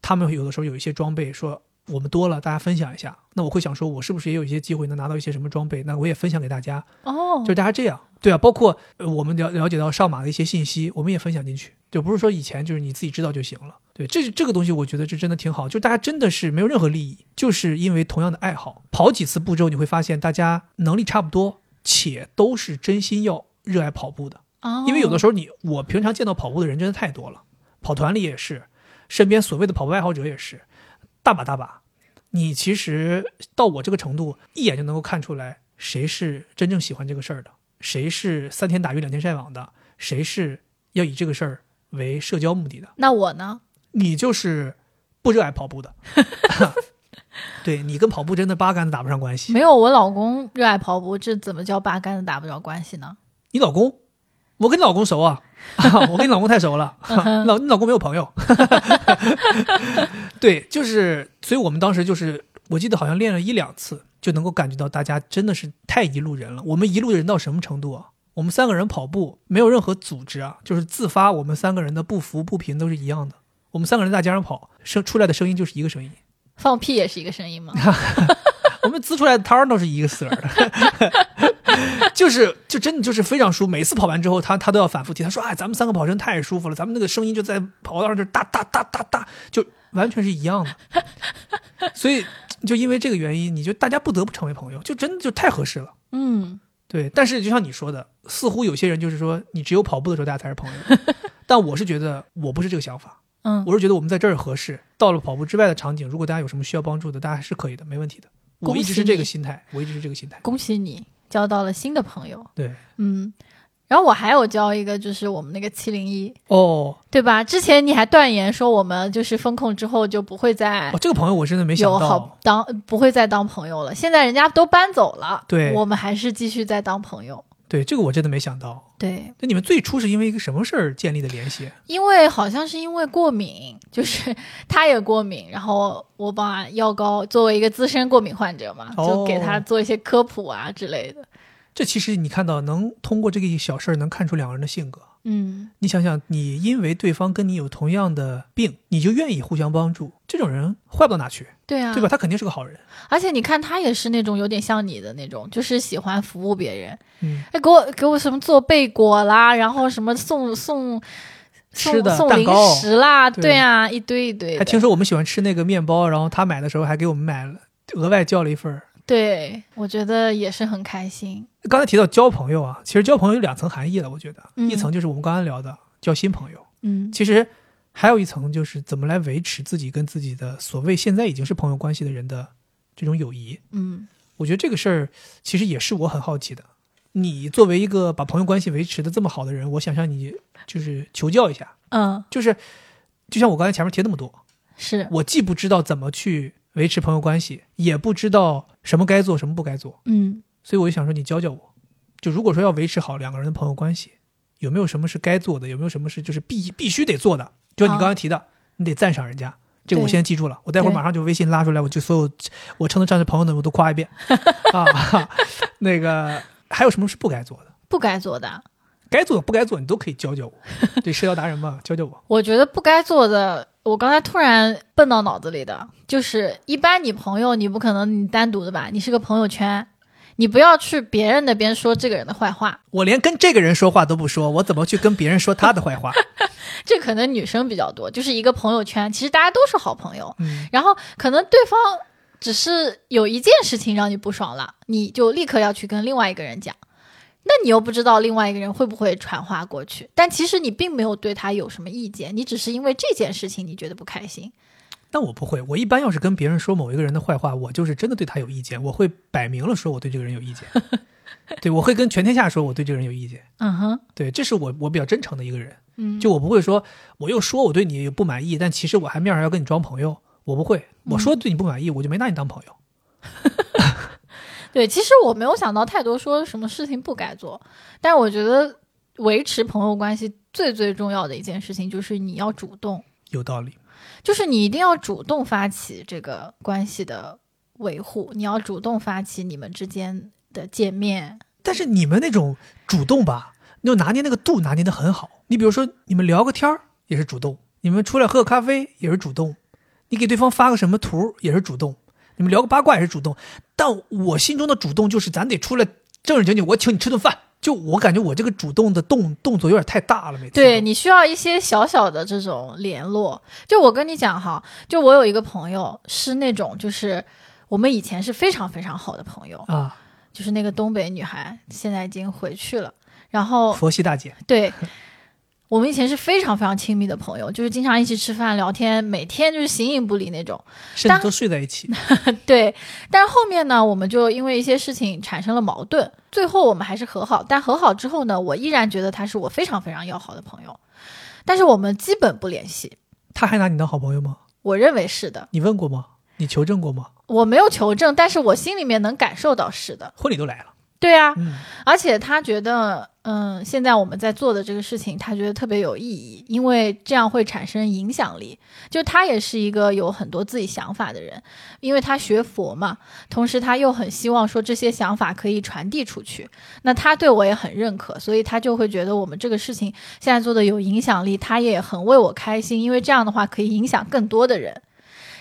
A: 他们有的时候有一些装备说。我们多了，大家分享一下。那我会想说，我是不是也有一些机会能拿到一些什么装备？那我也分享给大家，
B: 哦
A: 就是大家这样，对啊。包括呃我们了了解到上马的一些信息，我们也分享进去，就不是说以前就是你自己知道就行了。对，这这个东西我觉得这真的挺好，就大家真的是没有任何利益，就是因为同样的爱好，跑几次步之后，你会发现大家能力差不多，且都是真心要热爱跑步的。
B: 哦，
A: 因为有的
B: 时
A: 时候你我平常见到跑步的人真的太多了，跑团里也是，身边所谓的跑步爱好者也是，大把大把。你其实到我这个程度，一眼就能够看出来谁是真正喜欢这个事儿的，谁是三天打鱼两天晒网的，谁是要以这个事儿为社交目的的。
B: 那我呢？
A: 你就是不热爱跑步的， 对你跟跑步真的八竿子打不上关系。
B: 没有，我老公热爱跑步，这怎么叫八竿子打不着关系呢？
A: 你老公，我跟你老公熟啊，我跟你老公太熟了，老你老公没有朋友， 对，就是，所以我们当时就是，我记得好像练了一两次，就能够感觉到大家真的是太一路人了。我们一路人到什么程度啊？我们三个人跑步没有任何组织啊，就是自发，我们三个人的不服不平都是一样的。我们三个人在大街上跑，声出来的声音就是一个声音，
B: 放屁也是一个声 音吗？
A: 我们滋出来的汤儿都是一个色儿的，就是就真的 就是非常舒服。每次跑完之后，他他都要反复提，他说：“哎，咱们三个跑真太舒服了，咱们那个声音就在跑道上就是哒哒哒哒哒，就完全是一样的。”所以就因为这个原因，你就大家不得不成为朋友，就真的就太合适了。
B: 嗯，
A: 对，但是就像你说的，似乎有些人就是说，你只有跑步的时候大家才是朋友， 但我是觉得我不是这个想法，
B: 嗯
A: 我是觉得我们在这儿合适。到了跑步之外的场景，如果大家有什么需要帮助的，大家还是可以的，没问题的。我一直是这个心态，我一直是这个心态。
B: 恭喜你交到了新的朋友。
A: 对，
B: 嗯，然后我还有交一个，就是我们那个七零一，
A: 哦，
B: 对吧？之前你还断言说我们就是风控之后就不会再
A: 哦这个朋友我真的没想
B: 有
A: 到
B: 好，当不会再当朋友了。现在人家都搬走了，
A: 对
B: 我们还是继续在当朋友。
A: 对，这个我真的没想到。
B: 对，
A: 那你们最初是因为一个什么事儿建立的联系？
B: 因为好像是因为过敏，就是 他也过敏，然后我把药膏作为一个资深过敏患者嘛，
A: 哦
B: 就给他做一些科普啊之类的。
A: 这其实你看到能通过这个小事儿能看出两个人的性格。
B: 嗯，
A: 你想想，你因为对方跟你有同样的病，你就愿意互相帮助，这种人坏不到哪去，
B: 对啊，
A: 对吧？？他肯定是个好人。
B: 而且你看他也是那种有点像你的那种，就是喜欢服务别人。
A: 嗯，
B: 哎，给我给我什么做贝果啦，然后什么送送
A: 吃
B: 送
A: 的
B: 送
A: 蛋
B: 零
A: 糕
B: 食啦，
A: 对
B: 对啊，一堆一堆
A: 还
B: 的。
A: 听说我们喜欢吃那个面包，然后他买的时候还给我们买了，额外叫了一份儿。
B: 对，我觉得也是很开心。
A: 刚才提到交朋友啊，其实交朋友有两层含义了，我觉得，
B: 嗯
A: 一层就是我们刚刚聊的交新朋友，
B: 嗯
A: 其实还有一层就是怎么来维持自己跟自己的所谓现在已经是朋友关系的人的这种友谊。
B: 嗯，
A: 我觉得这个事儿其实也是我很好奇的。你作为一个把朋友关系维持的这么好的人，我想向你就是求教一下，
B: 嗯，
A: 就是就像我刚才前面提那么多，
B: 是，
A: 我既不知道怎么去维持朋友关系，也不知道什么该做，什么不该做，
B: 嗯
A: 所以我就想说你教教我，就如果说要维持好两个人的朋友关系，有没有什么是该做的，有没有什么是就是必必须得做的？就像你刚才提的，你得赞赏人家。这个我
B: 啊对
A: 先记住了，我待会儿
B: 对
A: 马上就微信拉出来，我就所有我称得上是朋友的我都夸一遍 啊。 那个还有什么是不该做的？
B: 不该做的啊。
A: 该做不该做你都可以教教我，对社交达人嘛，教教我。
B: 我觉得不该做的，我刚才突然蹦到脑子里的，就是一般你朋友你不可能你单独的吧，你是个朋友圈，你不要去别人那边说这个人的坏话，
A: 我连跟这个人说话都不说，我怎么去跟别人说他的坏话？
B: 这可能女生比较多，就是一个朋友圈，其实大家都是好朋友，
A: 嗯，
B: 然后可能对方只是有一件事情让你不爽了，你就立刻要去跟另外一个人讲。那你又不知道另外一个人会不会传话过去，但其实你并没有对他有什么意见，你只是因为这件事情你觉得不开心。
A: 但我不会，我一般要是跟别人说某一个人的坏话，我就是真的对他有意见，我会摆明了说我对这个人有意见。对，我会跟全天下说我对这个人有意见。
B: 嗯哼，
A: 对，这是我我比较真诚的一个人。
B: 嗯，
A: 就我不会说，我又说我对你不满意，但其实我还面上要跟你装朋友，我不会。我说对你不满意，我就没拿你当朋友。
B: 对，其实我没有想到太多说什么事情不该做，但我觉得维持朋友关系最最重要的一件事情就是你要主动，
A: 有道理，
B: 就是你一定要主动发起这个关系的维护，你要主动发起你们之间的见面。
A: 但是你们那种主动吧，就拿捏那个度拿捏的很好。你比如说，你们聊个天儿也是主动，你们出来喝个咖啡也是主动，你给对方发个什么图也是主动，你们聊个八卦也是主动。但我心中的主动就是，咱得出来正儿正经，我请你吃顿饭。就我感觉我这个主动的动动作有点太大了，每次都
B: 对你需要一些小小的这种联络。就我跟你讲哈，就我有一个朋友是那种就是。我们以前是非常非常好的朋友，
A: 啊，
B: 就是那个东北女孩，现在已经回去了。然后
A: 佛系大姐，
B: 对，我们以前是非常非常亲密的朋友，就是经常一起吃饭聊天，每天就是形影不离那种。
A: 甚至
B: 当
A: 都睡在一起。
B: 对，但是后面呢，我们就因为一些事情产生了矛盾，最后我们还是和好。但和好之后呢，我依然觉得他是我非常非常要好的朋友，但是我们基本不联系。
A: 他还拿你当好朋友吗？
B: 我认为是的，
A: 你问过吗？你求证过吗？
B: 我没有求证，但是我心里面能感受到是的。
A: 婚礼都来了，
B: 对啊，
A: 嗯，
B: 而且他觉得，嗯，现在我们在做的这个事情，他觉得特别有意义，因为这样会产生影响力。就他也是一个有很多自己想法的人，因为他学佛嘛，同时他又很希望说这些想法可以传递出去。那他对我也很认可，所以他就会觉得我们这个事情现在做的有影响力，他也很为我开心，因为这样的话可以影响更多的人。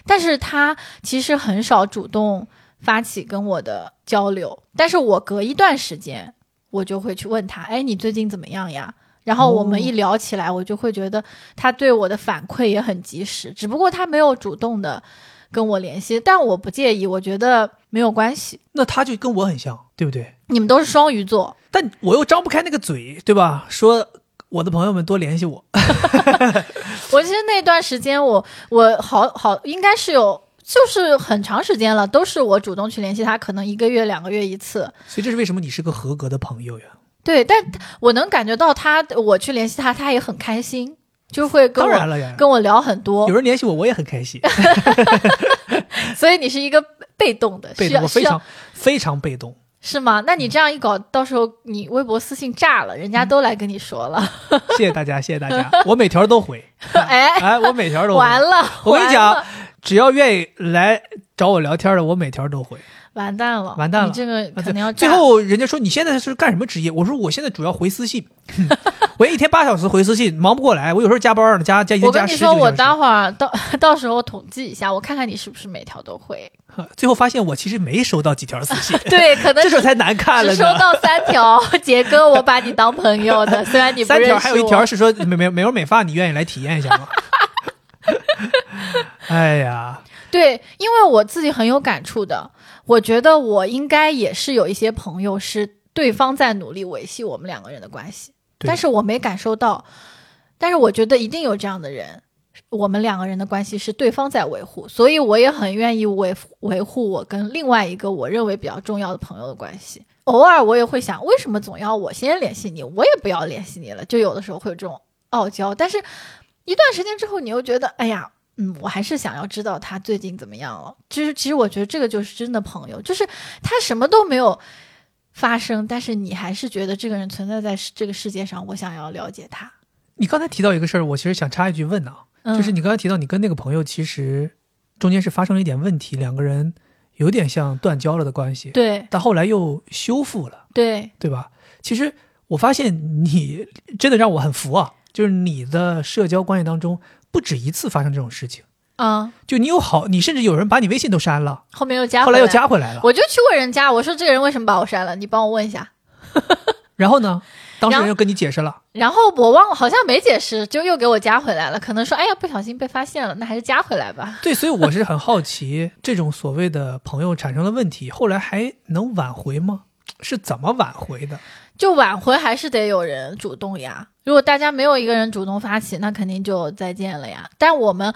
B: 但是他其实很少主动发起跟我的交流，但是我隔一段时间，我就会去问他，哎，你最近怎么样呀？然后我们一聊起来，我就会觉得他对我的反馈也很及时，只不过他没有主动的跟我联系，但我不介意，我觉得没有关系。
A: 那他就跟我很像，对不对？
B: 你们都是双鱼座，
A: 但我又张不开那个嘴，对吧？说我的朋友们多联系我，
B: 我其实那段时间我，我好好应该是有，就是很长时间了，都是我主动去联系他，可能一个月、两个月一次。
A: 所以这是为什么你是个合格的朋友呀？
B: 对，但我能感觉到他，我去联系他，他也很开心，就会跟
A: 当然
B: 我
A: 了呀，
B: 跟我聊很多
A: 有。人联系我，我也很开心。
B: 所以你是一个被动的，
A: 被 动，
B: 需要
A: 我非
B: 需要
A: 常非常被动。
B: 是吗？那你这样一搞，到时候你微博私信炸了，人家都来跟你说了，
A: 谢谢大家，谢谢大家， 我每条都回。
B: 哎，
A: 哎，我每条都回。
B: 完了，
A: 我跟
B: 完
A: 你
B: 了
A: 讲，，只要愿意来找我聊天的，我每条都回。
B: 完蛋了，
A: 完蛋了啊
B: 你这个可能要炸
A: 最后人家说你现在是干什么职业？我说我现在主要回私信， 我一天八小时回私信，忙不过来。我有时候加班呢，加加一
B: 我
A: 天
B: 跟
A: 哎加十
B: 你
A: 几
B: 说，我
A: 个
B: 待
A: 小时。
B: 会儿到到时候统计一下，我看看你是不是每条都 会。，
A: 最后发现我其实没收到几条私信
B: 对，可能
A: 这时候
B: 只
A: 才难看了
B: 只收
A: 呢。
B: 到三条。 杰哥，我把你当朋友的，虽然你不
A: 三
B: 认
A: 条，
B: 识我。
A: 还有一条是说美美美容美发，你愿意来体验一下 吗？哎呀，
B: 对，因为我自己很有感触的，我觉得我应该也是有一些朋友是对方在努力维系我们两个人的关系，
A: 对
B: 但是我没感受到。但是我觉得一定有这样的人，我们两个人的关系是对方在维护，所以我也很愿意维维护我跟另外一个我认为比较重要的朋友的关系。偶尔我也会想，为什么总要我先联系你，我也不要联系你了？就有的时候会有这种傲娇，但是一段时间之后，你又觉得，哎呀，嗯，我还是想要知道他最近怎么样了。其实，其实我觉得这个就是真的朋友，就是他什么都没有发生，但是你还是觉得这个人存在在世这个世界上，我想要了解他。
A: 你刚才提到一个事儿，我其实想插一句问呢、啊
B: 嗯
A: 就是你刚才提到，你跟那个朋友其实中间是发生了一点问题，两个人有点像断交了的关系，
B: 对
A: 但后来又修复了，
B: 对，
A: 对吧？其实我发现你真的让我很服啊，就是你的社交关系当中不止一次发生这种事情，
B: 嗯，
A: 就你有好，你甚至有人把你微信都删了，
B: 后面又加
A: 后
B: 回
A: 来又加回来了，
B: 我就去过人家，我说这个人为什么把我删了？你帮我问一下。
A: 然后呢，当事
B: 然
A: 人
B: 后
A: 又跟你解释了，
B: 然后我忘了，好像没解释，就又给我加回来了。可能说，哎呀，不小心被发现了，那还是加回来吧。
A: 对，所以我是很好 奇，这种所谓的朋友产生了问题，后来还能挽回吗？是怎么挽回的？
B: 就挽回还是得有人主动呀。如果大家没有一个人主动发起，那肯定就再见了呀。但我们，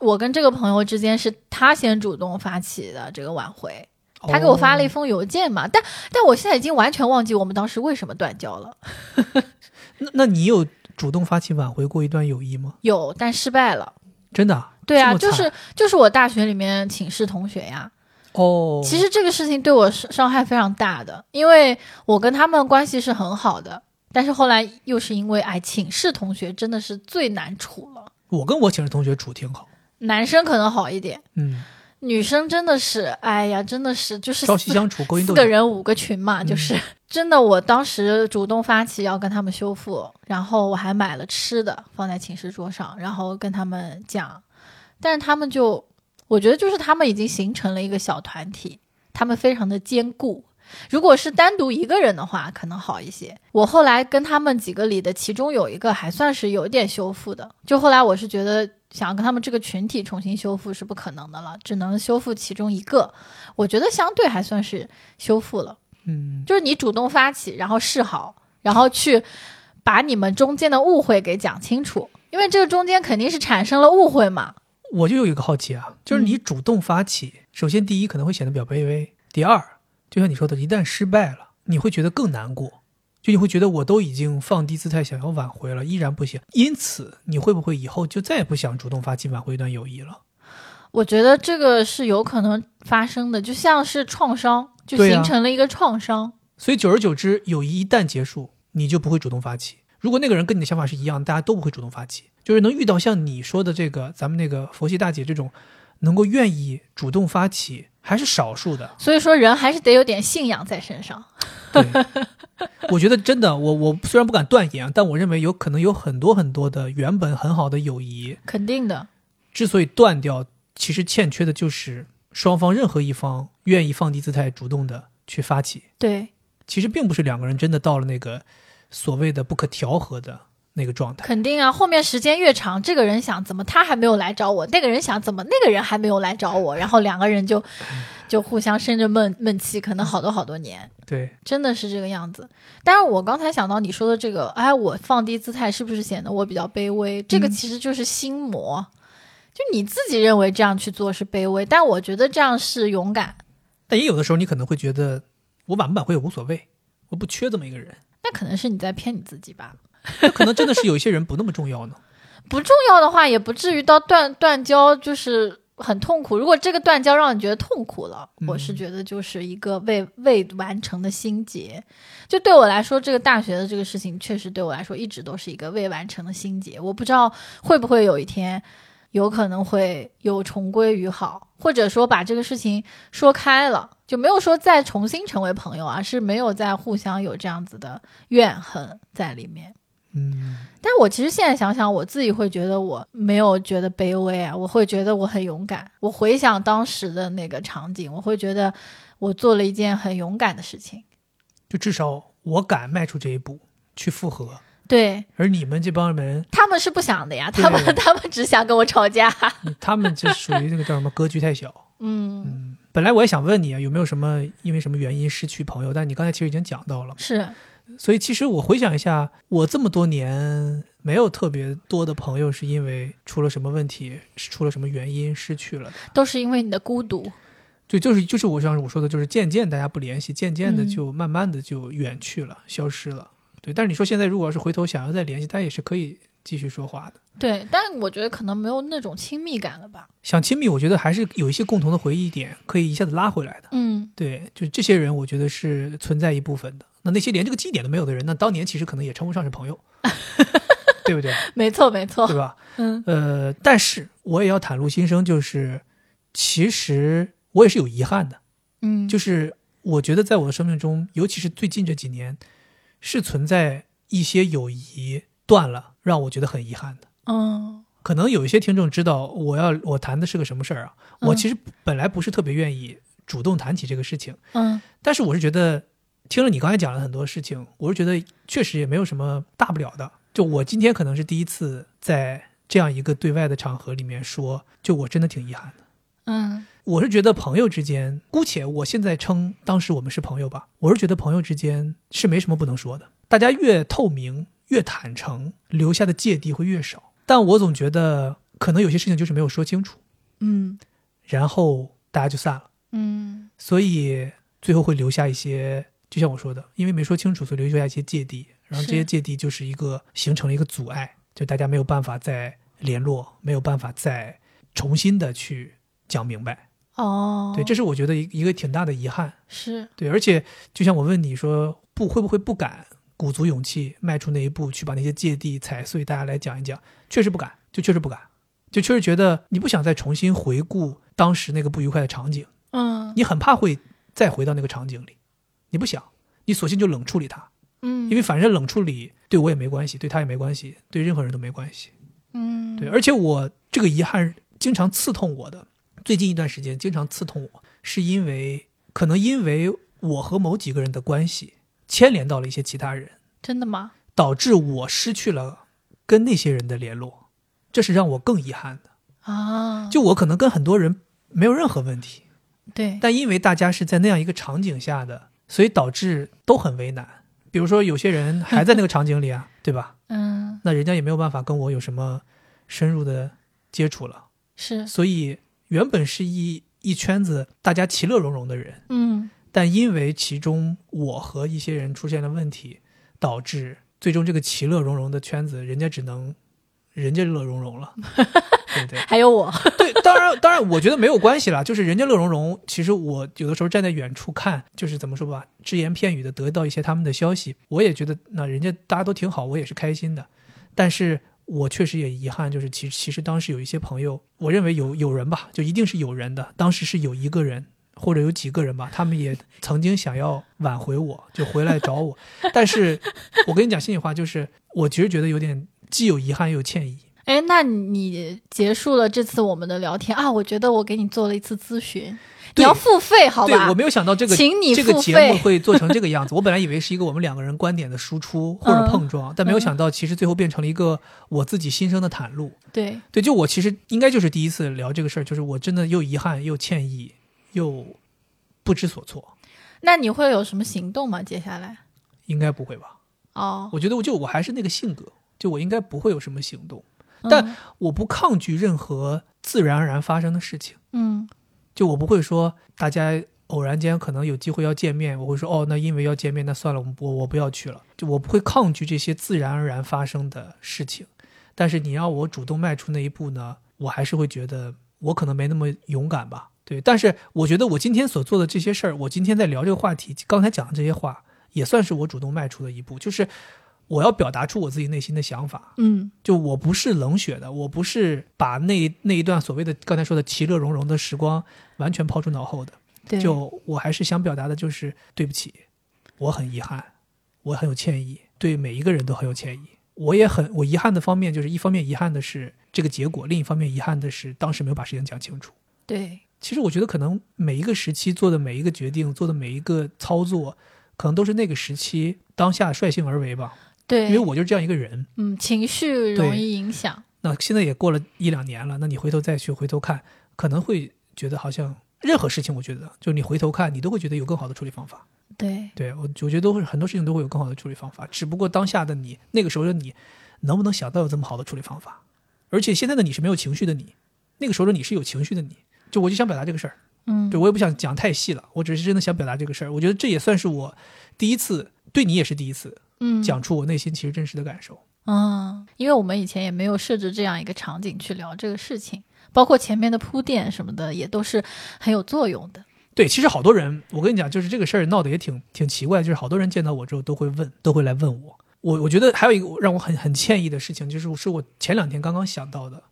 B: 我跟这个朋友之间是他先主动发起的这个挽回，他给我发了一
A: 哦
B: 封邮件嘛。但但我现在已经完全忘记我们当时为什么断交了。
A: 那那你有主动发起挽回过一段友谊吗？
B: 有，但失败了。
A: 真的啊？
B: 对啊，
A: 这
B: 就
A: 么惨
B: 是就是我大学里面寝室同学呀。
A: 哦，
B: 其实这个事情对我伤伤害非常大的，因为我跟他们关系是很好的，但是后来又是因为哎，寝室同学真的是最难处了。
A: 我跟我寝室同学处挺好，
B: 男生可能好一点，
A: 嗯，
B: 女生真的是，哎呀，真的是就是
A: 朝夕
B: 四
A: 相处，勾心
B: 四
A: 斗
B: 个
A: 角。嗯
B: 人五个群嘛，就是、 真的。我当时主动发起要跟他们修复，然后我还买了吃的放在寝室桌上，然后跟他们讲，但是他们就，我觉得就是他们已经形成了一个小团体，他们非常的坚固。如果是单独一个人的话，可能好一些。我后来跟他们几个里的，其中有一个还算是有点修复的。就后来我是觉得，想要跟他们这个群体重新修复是不可能的了，只能修复其中一个。我觉得相对还算是修复了，
A: 嗯，
B: 就是你主动发起，然后示好，然后去把你们中间的误会给讲清楚，因为这个中间肯定是产生了误会嘛。
A: 我就有一个好奇啊，就是你主动发起，首先第一可能会显得比较卑微，第二，就像你说的，一旦失败了，你会觉得更难过，就你会觉得我都已经放低姿态想要挽回了，依然不行，因此你会不会以后就再也不想主动发起挽回一段友谊了？
B: 我觉得这个是有可能发生的，就像是创伤，就
A: 对啊
B: 形成了一个创伤。
A: 所以久而久之，友谊一旦结束，你就不会主动发起。如果那个人跟你的想法是一样，大家都不会主动发起。就是能遇到像你说的这个，咱们那个佛系大姐这种，能够愿意主动发起，还是少数的。
B: 所以说，人还是得有点信仰在身上。
A: 对，我觉得真的，我我虽然不敢断言，啊但我认为有可能有很多很多的原本很好的友谊，
B: 肯定的，
A: 之所以断掉，其实欠缺的就是双方任何一方愿意放低姿态，主动的去发起。
B: 对，
A: 其实并不是两个人真的到了那个所谓的不可调和的那个状态。
B: 肯定啊。后面时间越长，这个人想怎么他还没有来找我，那个人想怎么那个人还没有来找我，然后两个人就就互相生着闷闷气，可能好多好多年，
A: 对，
B: 真的是这个样子。但是我刚才想到你说的这个，哎，我放低姿态是不是显得我比较卑微？这个
A: 嗯
B: 其实就是心魔。就你自己认为这样去做是卑微，但我觉得这样是勇敢。
A: 但也有的时候你可能会觉得，我挽不挽回也无所谓，我不缺这么一个人。
B: 那可能是你在骗你自己吧。
A: 那可能真的是有一些人不那么重要呢。
B: 不重要的话，也不至于到断断交，就是很痛苦。如果这个断交让你觉得痛苦了，
A: 嗯
B: 我是觉得就是一个未未完成的心结。就对我来说，这个大学的这个事情，确实对我来说一直都是一个未完成的心结。我不知道会不会有一天，有可能会有重归于好，或者说把这个事情说开了，就没有说再重新成为朋友啊，是没有再互相有这样子的怨恨在里面。
A: 嗯，
B: 但我其实现在想想，我自己会觉得我没有觉得卑微啊，我会觉得我很勇敢。我回想当时的那个场景，我会觉得我做了一件很勇敢的事情。
A: 就至少我敢迈出这一步去复合，
B: 对
A: 而你们这帮人，
B: 他们是不想的呀，他
A: 对
B: 们 他们只想跟我吵架。
A: 他们就属于那个叫什么格局太小。
B: 嗯，
A: 本来我也想问你啊，有没有什么因为什么原因失去朋友？但你刚才其实已经讲到了，
B: 是
A: 所以其实我回想一下，我这么多年没有特别多的朋友，是因为出了什么问题，是出了什么原因失去了的。
B: 都是因为你的孤独。
A: 对，就是就是我像我说的，就是渐渐大家不联系，渐渐的
B: 嗯
A: 就慢慢的就远去了，消失了。对，但是你说现在如果要是回头想要再联系，他也是可以继续说话的。
B: 对，但我觉得可能没有那种亲密感了吧。
A: 想亲密，我觉得还是有一些共同的回忆点可以一下子拉回来的。
B: 嗯，
A: 对，就是这些人，我觉得 是存在一部分的。那那些连这个基点都没有的人，那当年其实可能也称不上是朋友。对不对？
B: 没错没错
A: 对，吧？
B: 嗯
A: 呃，但是我也要袒露心声，就是其实我也是有遗憾的，
B: 嗯，
A: 就是我觉得在我的生命中，尤其是最近这几年，是存在一些友谊断了，让我觉得很遗憾的。
B: 嗯
A: 可能有一些听众知道我要我谈的是个什么事儿啊，我
B: 嗯
A: 其实本来不是特别愿意主动谈起这个事情，
B: 嗯
A: 但是我是觉得听了你刚才讲了很多事情，我是觉得确实也没有什么大不了的。就我今天可能是第一次在这样一个对外的场合里面说，就我真的挺遗憾的。
B: 嗯
A: 我是觉得朋友之间，姑且我现在称当时我们是朋友吧。我是觉得朋友之间是没什么不能说的，大家越透明、越坦诚，留下的芥蒂会越少。但我总觉得可能有些事情就是没有说清楚，
B: 嗯
A: 然后大家就散了，
B: 嗯
A: 所以最后会留下一些，就像我说的，因为没说清楚，所以留下一些芥蒂，然后这些
B: 是
A: 芥蒂就是一个形成了一个阻碍，就大家没有办法再联络，没有办法再重新的去讲明白。
B: 哦，
A: 对，这是我觉得一一个挺大的遗憾。
B: 是
A: 对，而且就像我问你说，不会不会不敢鼓足勇气迈出那一步，去把那些芥蒂踩碎？大家来讲一讲，确实不敢，就确实不敢，就确实觉得你不想再重新回顾当时那个不愉快的场景，
B: 嗯
A: 你很怕会再回到那个场景里，你不想，你索性就冷处理它，
B: 嗯，
A: 因为反正冷处理对我也没关系，对他也没关系，对任何人都没关系。
B: 嗯
A: 对，而且我这个遗憾经常刺痛我的，最近一段时间经常刺痛我，是因为可能因为我和某几个人的关系牵连到了一些其他人，
B: 真的吗？
A: 导致我失去了跟那些人的联络，这是让我更遗憾的。
B: 啊，
A: 就我可能跟很多人没有任何问题，
B: 对，
A: 但因为大家是在那样一个场景下的，所以导致都很为难。比如说有些人还在那个场景里啊，对吧？
B: 嗯
A: 那人家也没有办法跟我有什么深入的接触了。
B: 是，
A: 所以原本是一一圈子大家其乐融融的人，
B: 嗯
A: 但因为其中我和一些人出现了问题，导致最终这个其乐融融的圈子，人家只能人家乐融融了，对不对？
B: 还有 我，
A: 对，当然当然，我觉得没有关系啦，就是人家乐融融，其实我有的时候站在远处看，就是怎么说吧，只言片语的得到一些他们的消息，我也觉得那人家大家都挺好，我也是开心的，但是。我确实也遗憾，就是其其实当时有一些朋友，我认为有有人吧，就一定是有人的。当时是有一个人或者有几个人吧，他们也曾经想要挽回我，就回来找我。但是，我跟你讲心里话，就是我其实觉得有点既有遗憾又有歉意。
B: 哎，那你结束了这次我们的聊天啊，我觉得我给你做了一次咨询，你
A: 对
B: 要付费好
A: 对
B: 吧？
A: 我没有想到这个
B: 请你
A: 这个
B: 付
A: 节目
B: 费，
A: 会做成这个样 子。我本来以为是一个我们两个人观点的输出或者
B: 嗯
A: 碰撞，但没有想到其实最后变成了一个我自己心声的袒露。
B: 对，
A: 对，就我其实应该就是第一次聊这个事儿，就是我真的又遗憾又歉意又不知所措，
B: 那你会有什么行动吗？接下来
A: 应该不会吧？
B: 哦，
A: 我觉得我就我还是那个性格，就我应该不会有什么行动，
B: 嗯
A: 但我不抗拒任何自然而然发生的事情。
B: 嗯
A: 就我不会说大家偶然间可能有机会要见面，我会说哦，那因为要见面，那算了，我我我不要去了。就我不会抗拒这些自然而然发生的事情，但是你让我主动迈出那一步呢，我还是会觉得我可能没那么勇敢吧。对，但是我觉得我今天所做的这些事儿，我今天在聊这个话题，刚才讲的这些话，也算是我主动迈出的一步，就是我要表达出我自己内心的想法，
B: 嗯
A: 就我不是冷血的，我不是把那那一段所谓的刚才说的其乐融融的时光完全抛诸脑后的。
B: 对，
A: 就我还是想表达的就是对不起，我很遗憾，我很有歉意，对每一个人都很有歉意。我也很我遗憾的方面就是一方面遗憾的是这个结果，另一方面遗憾的是当时没有把事情讲清楚。
B: 对
A: 其实我觉得可能每一个时期做的每一个决定，做的每一个操作，可能都是那个时期当下率性而为吧，
B: 对，
A: 因为我就是这样一个人。
B: 嗯情绪容
A: 对
B: 易影响，
A: 那现在也过了一两年了，那你回头再去回头看，可能会觉得好像任何事情，我觉得就你回头看，你都会觉得有更好的处理方法。
B: 对
A: 对我，我觉得都会很多事情都会有更好的处理方法，只不过当下的你，那个时候的你，能不能想到有这么好的处理方法？而且现在的你是没有情绪的你，那个时候的你是有情绪的你。就我就想表达这个事儿，
B: 嗯
A: 对我也不想讲太细了，我只是真的想表达这个事儿。我觉得这也算是我第一次对你也是第一次
B: 嗯
A: 讲出我内心其实真实的感受。
B: 嗯，因为我们以前也没有设置这样一个场景去聊这个事情，包括前面的铺垫什么的也都是很有作用的。
A: 对，其实好多人，我跟你讲，就是这个事儿闹得也挺挺奇怪，就是好多人见到我之后都会问，都会来问我，我我觉得还有一个让我很很歉意的事情，就是是我前两天刚刚想到的，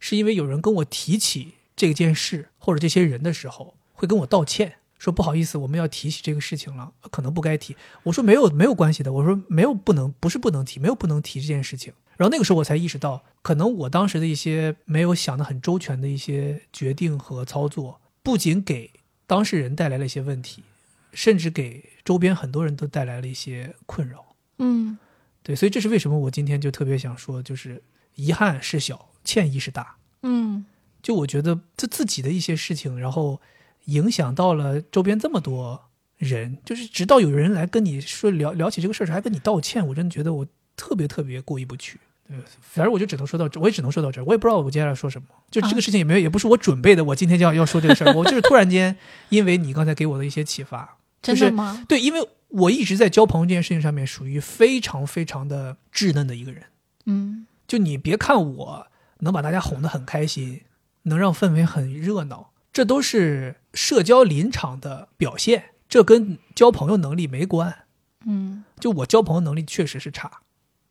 A: 是因为有人跟我提起这件事或者这些人的时候，会跟我道歉，说不好意思，我们要提起这个事情了，可能不该提。我说没有没有关系的，我说没有不能不是不能提，没有不能提这件事情。然后那个时候我才意识到，可能我当时的一些没有想得很周全的一些决定和操作，不仅给当事人带来了一些问题，甚至给周边很多人都带来了一些困扰。
B: 嗯
A: 对，所以这是为什么我今天就特别想说，就是遗憾是小，歉意是大。
B: 嗯
A: 就我觉得这自己的一些事情，然后影响到了周边这么多人，就是直到有人来跟你说聊聊起这个事儿时，还跟你道歉，我真的觉得我特别特别过意不去。对，反正我就只能说到这，我也只能说到这儿，我也不知道我接下来说什么。就这个事情也没有，也不是我准备的，我今天就要要说这个事儿，我就是突然间因为你刚才给我的一些启发，就
B: 真
A: 是
B: 的吗？
A: 对，因为我一直在交朋友这件事情上面属于非常非常的稚嫩的一个人。
B: 嗯
A: 就你别看我能把大家哄得很开心，能让氛围很热闹，这都是社交临场的表现，这跟交朋友能力没关。
B: 嗯
A: 就我交朋友能力确实是差，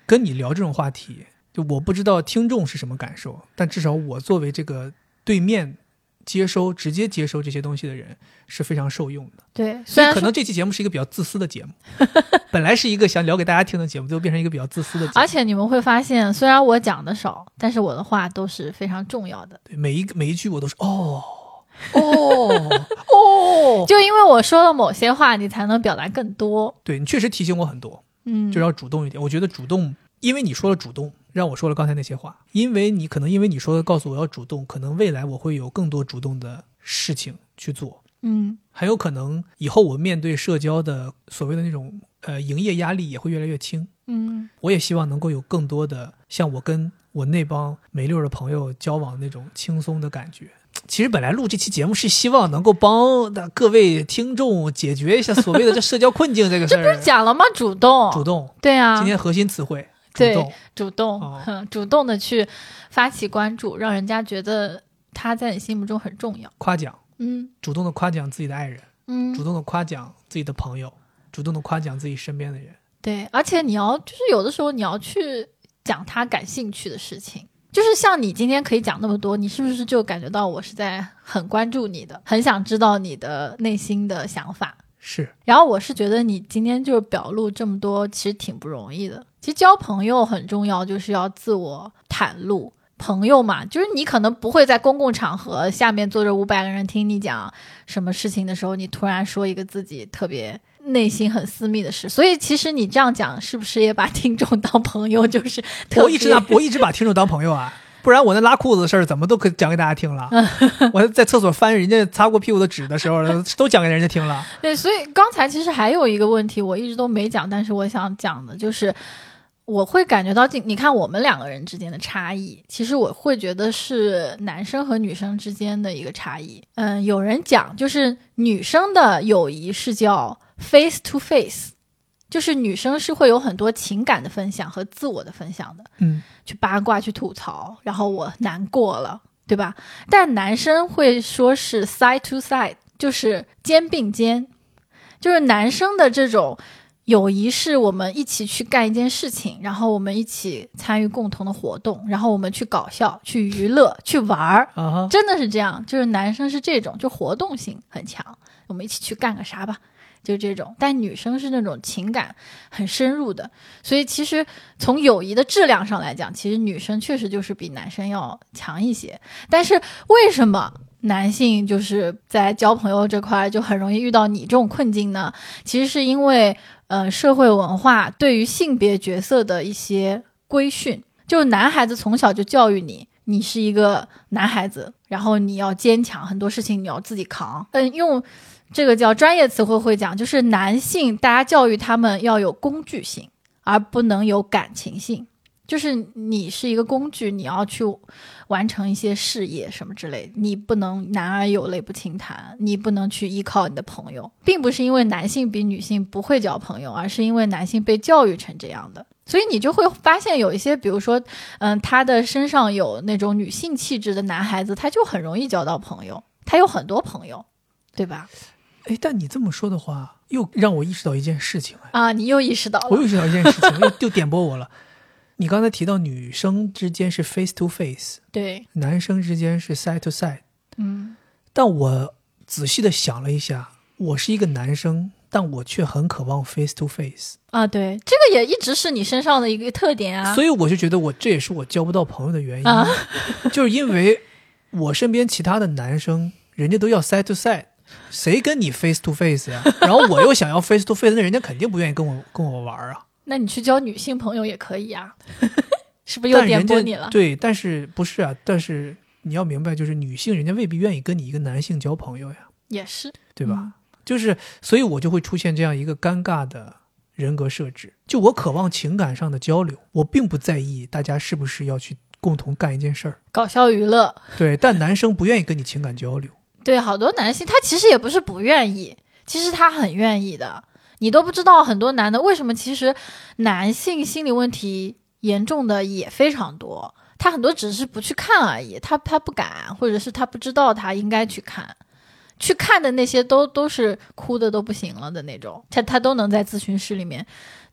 A: 跟你聊这种话题，就我不知道听众是什么感受，但至少我作为这个对面接收、直接接收这些东西的人是非常受用的。
B: 对，虽
A: 所以
B: 然
A: 可
B: 说
A: 能这期节目是一个比较自私的节目，本来是一个想聊给大家听的节目，最后变成一个比较自私的节目。
B: 而且你们会发现，虽然我讲的少，但是我的话都是非常重要的。
A: 对每一个每一句我都是哦哦 哦，
B: 就因为我说了某些话，你才能表达更多。
A: 对你确实提醒我很多，
B: 嗯，
A: 就是要主动一点。我觉得主动，因为你说了主动，让我说了刚才那些话，因为你可能因为你说的告诉我要主动，可能未来我会有更多主动的事情去做。
B: 嗯
A: 很有可能以后我面对社交的所谓的那种呃营业压力也会越来越轻，
B: 嗯
A: 我也希望能够有更多的像我跟我那帮没溜儿的朋友交往的那种轻松的感觉。其实本来录这期节目是希望能够帮的各位听众解决一下所谓的这社交困境这 个事儿。
B: 讲了吗？主动，
A: 主动，
B: 对啊，
A: 今天核心词汇主
B: 对
A: 动。
B: 主动、
A: 哦
B: 哼主动的去发起关注，让人家觉得他在你心目中很重要。
A: 夸奖，
B: 嗯
A: 主动的夸奖自己的爱人，主
B: 嗯，
A: 动的夸奖自己的朋友，主动的夸奖自己身边的人。
B: 对，而且你要就是有的时候你要去讲他感兴趣的事情。就是像你今天可以讲那么多，你是不是就感觉到我是在很关注你的，很想知道你的内心的想法？
A: 是
B: 然后我是觉得你今天就是表露这么多，其实挺不容易的。其实交朋友很重要，就是要自我袒露。朋友嘛，就是你可能不会在公共场合下面坐着五百个人听你讲什么事情的时候，你突然说一个自己特别内心很私密的事。所以其实你这样讲，是不是也把听众当朋友？就是特别
A: 我一 直拿我一直把听众当朋友啊，不然我那拉裤子的事儿怎么都可以讲给大家听 了。我在厕所翻人家擦过屁股的纸的时候，都讲给人家听 了。
B: 对，所以刚才其实还有一个问题，我一直都没讲，但是我想讲的就是，我会感觉到，你看我们两个人之间的差异，其实我会觉得是男生和女生之间的一个差异。嗯，有人讲就是女生的友谊是叫 face to face，就是女生是会有很多情感的分享和自我的分享的。
A: 嗯，
B: 去八卦、去吐槽，然后我难过了，对吧？但男生会说是 side to side，就是肩并肩，就是男生的这种友谊是我们一起去干一件事情，然后我们一起参与共同的活动，然后我们去搞笑、去娱乐、去玩儿，
A: 啊哈，
B: 真的是这样。就是男生是这种，就活动性很强，我们一起去干个啥吧。就这种，但女生是那种情感很深入的，所以其实从友谊的质量上来讲，其实女生确实就是比男生要强一些。但是为什么男性就是在交朋友这块就很容易遇到你这种困境呢？其实是因为呃社会文化对于性别角色的一些规训，就是男孩子从小就教育你。你是一个男孩子，然后你要坚强，很多事情你要自己扛。嗯，用这个叫专业词汇会讲，就是男性，大家教育他们要有工具性，而不能有感情性。就是你是一个工具，你要去完成一些事业什么之类的，你不能男儿有泪不轻弹，你不能去依靠你的朋友，并不是因为男性比女性不会交朋友，而是因为男性被教育成这样的，所以你就会发现有一些，比如说，嗯，他的身上有那种女性气质的男孩子，他就很容易交到朋友，他有很多朋友，对吧？
A: 哎，但你这么说的话，又让我意识到一件事情，哎
B: 啊，你又意识到
A: 我
B: 了
A: 又意识到一件事情，又又点拨我了。 你刚才提到女生之间是 face to face，
B: 对，
A: 男生之间是 side to side，
B: 嗯
A: 但我仔细的想了一下，我是一个男生，但我却很渴望 face to face，、
B: 啊，对，这个也一直是你身上的一个特点啊。
A: 所以我就觉得我这也是我交不到朋友的原因，
B: 啊
A: 就是因为我身边其他的男生，人家都要 side to side。谁跟你 face to face 呀？然后我又想要 face to face，那人家肯定不愿意跟我跟我玩儿啊。
B: 那你去交女性朋友也可以啊， 是不是又
A: 但人
B: 点
A: 家
B: 拨你了？
A: 对，但是不是啊？但是你要明白，就是女性人家未必愿意跟你一个男性交朋友呀，
B: 也是，
A: 对吧？
B: 嗯
A: 就是，所以我就会出现这样一个尴尬的人格设置。就我渴望情感上的交流，我并不在意大家是不是要去共同干一件事儿。
B: 搞笑娱乐。
A: 对，但男生不愿意跟你情感交流。
B: 对，好多男性他其实也不是不愿意，其实他很愿意的。你都不知道很多男的为什么，其实男性心理问题严重的也非常多，他很多只是不去看而已，他他不敢，或者是他不知道他应该去看，去看的那些都都是哭的都不行了的那种，他他都能在咨询室里面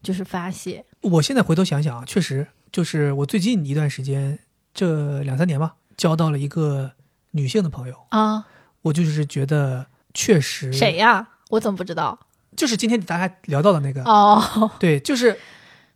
B: 就是发泄，
A: 我现在回头想想啊，确实就是我最近一段时间，这两三年吧，交到了一个女性的朋友，
B: 啊，
A: 我就是觉得确实
B: 谁呀、我怎么不知道？
A: 就是今天大家聊到的那个，
B: 哦，
A: 对，就是，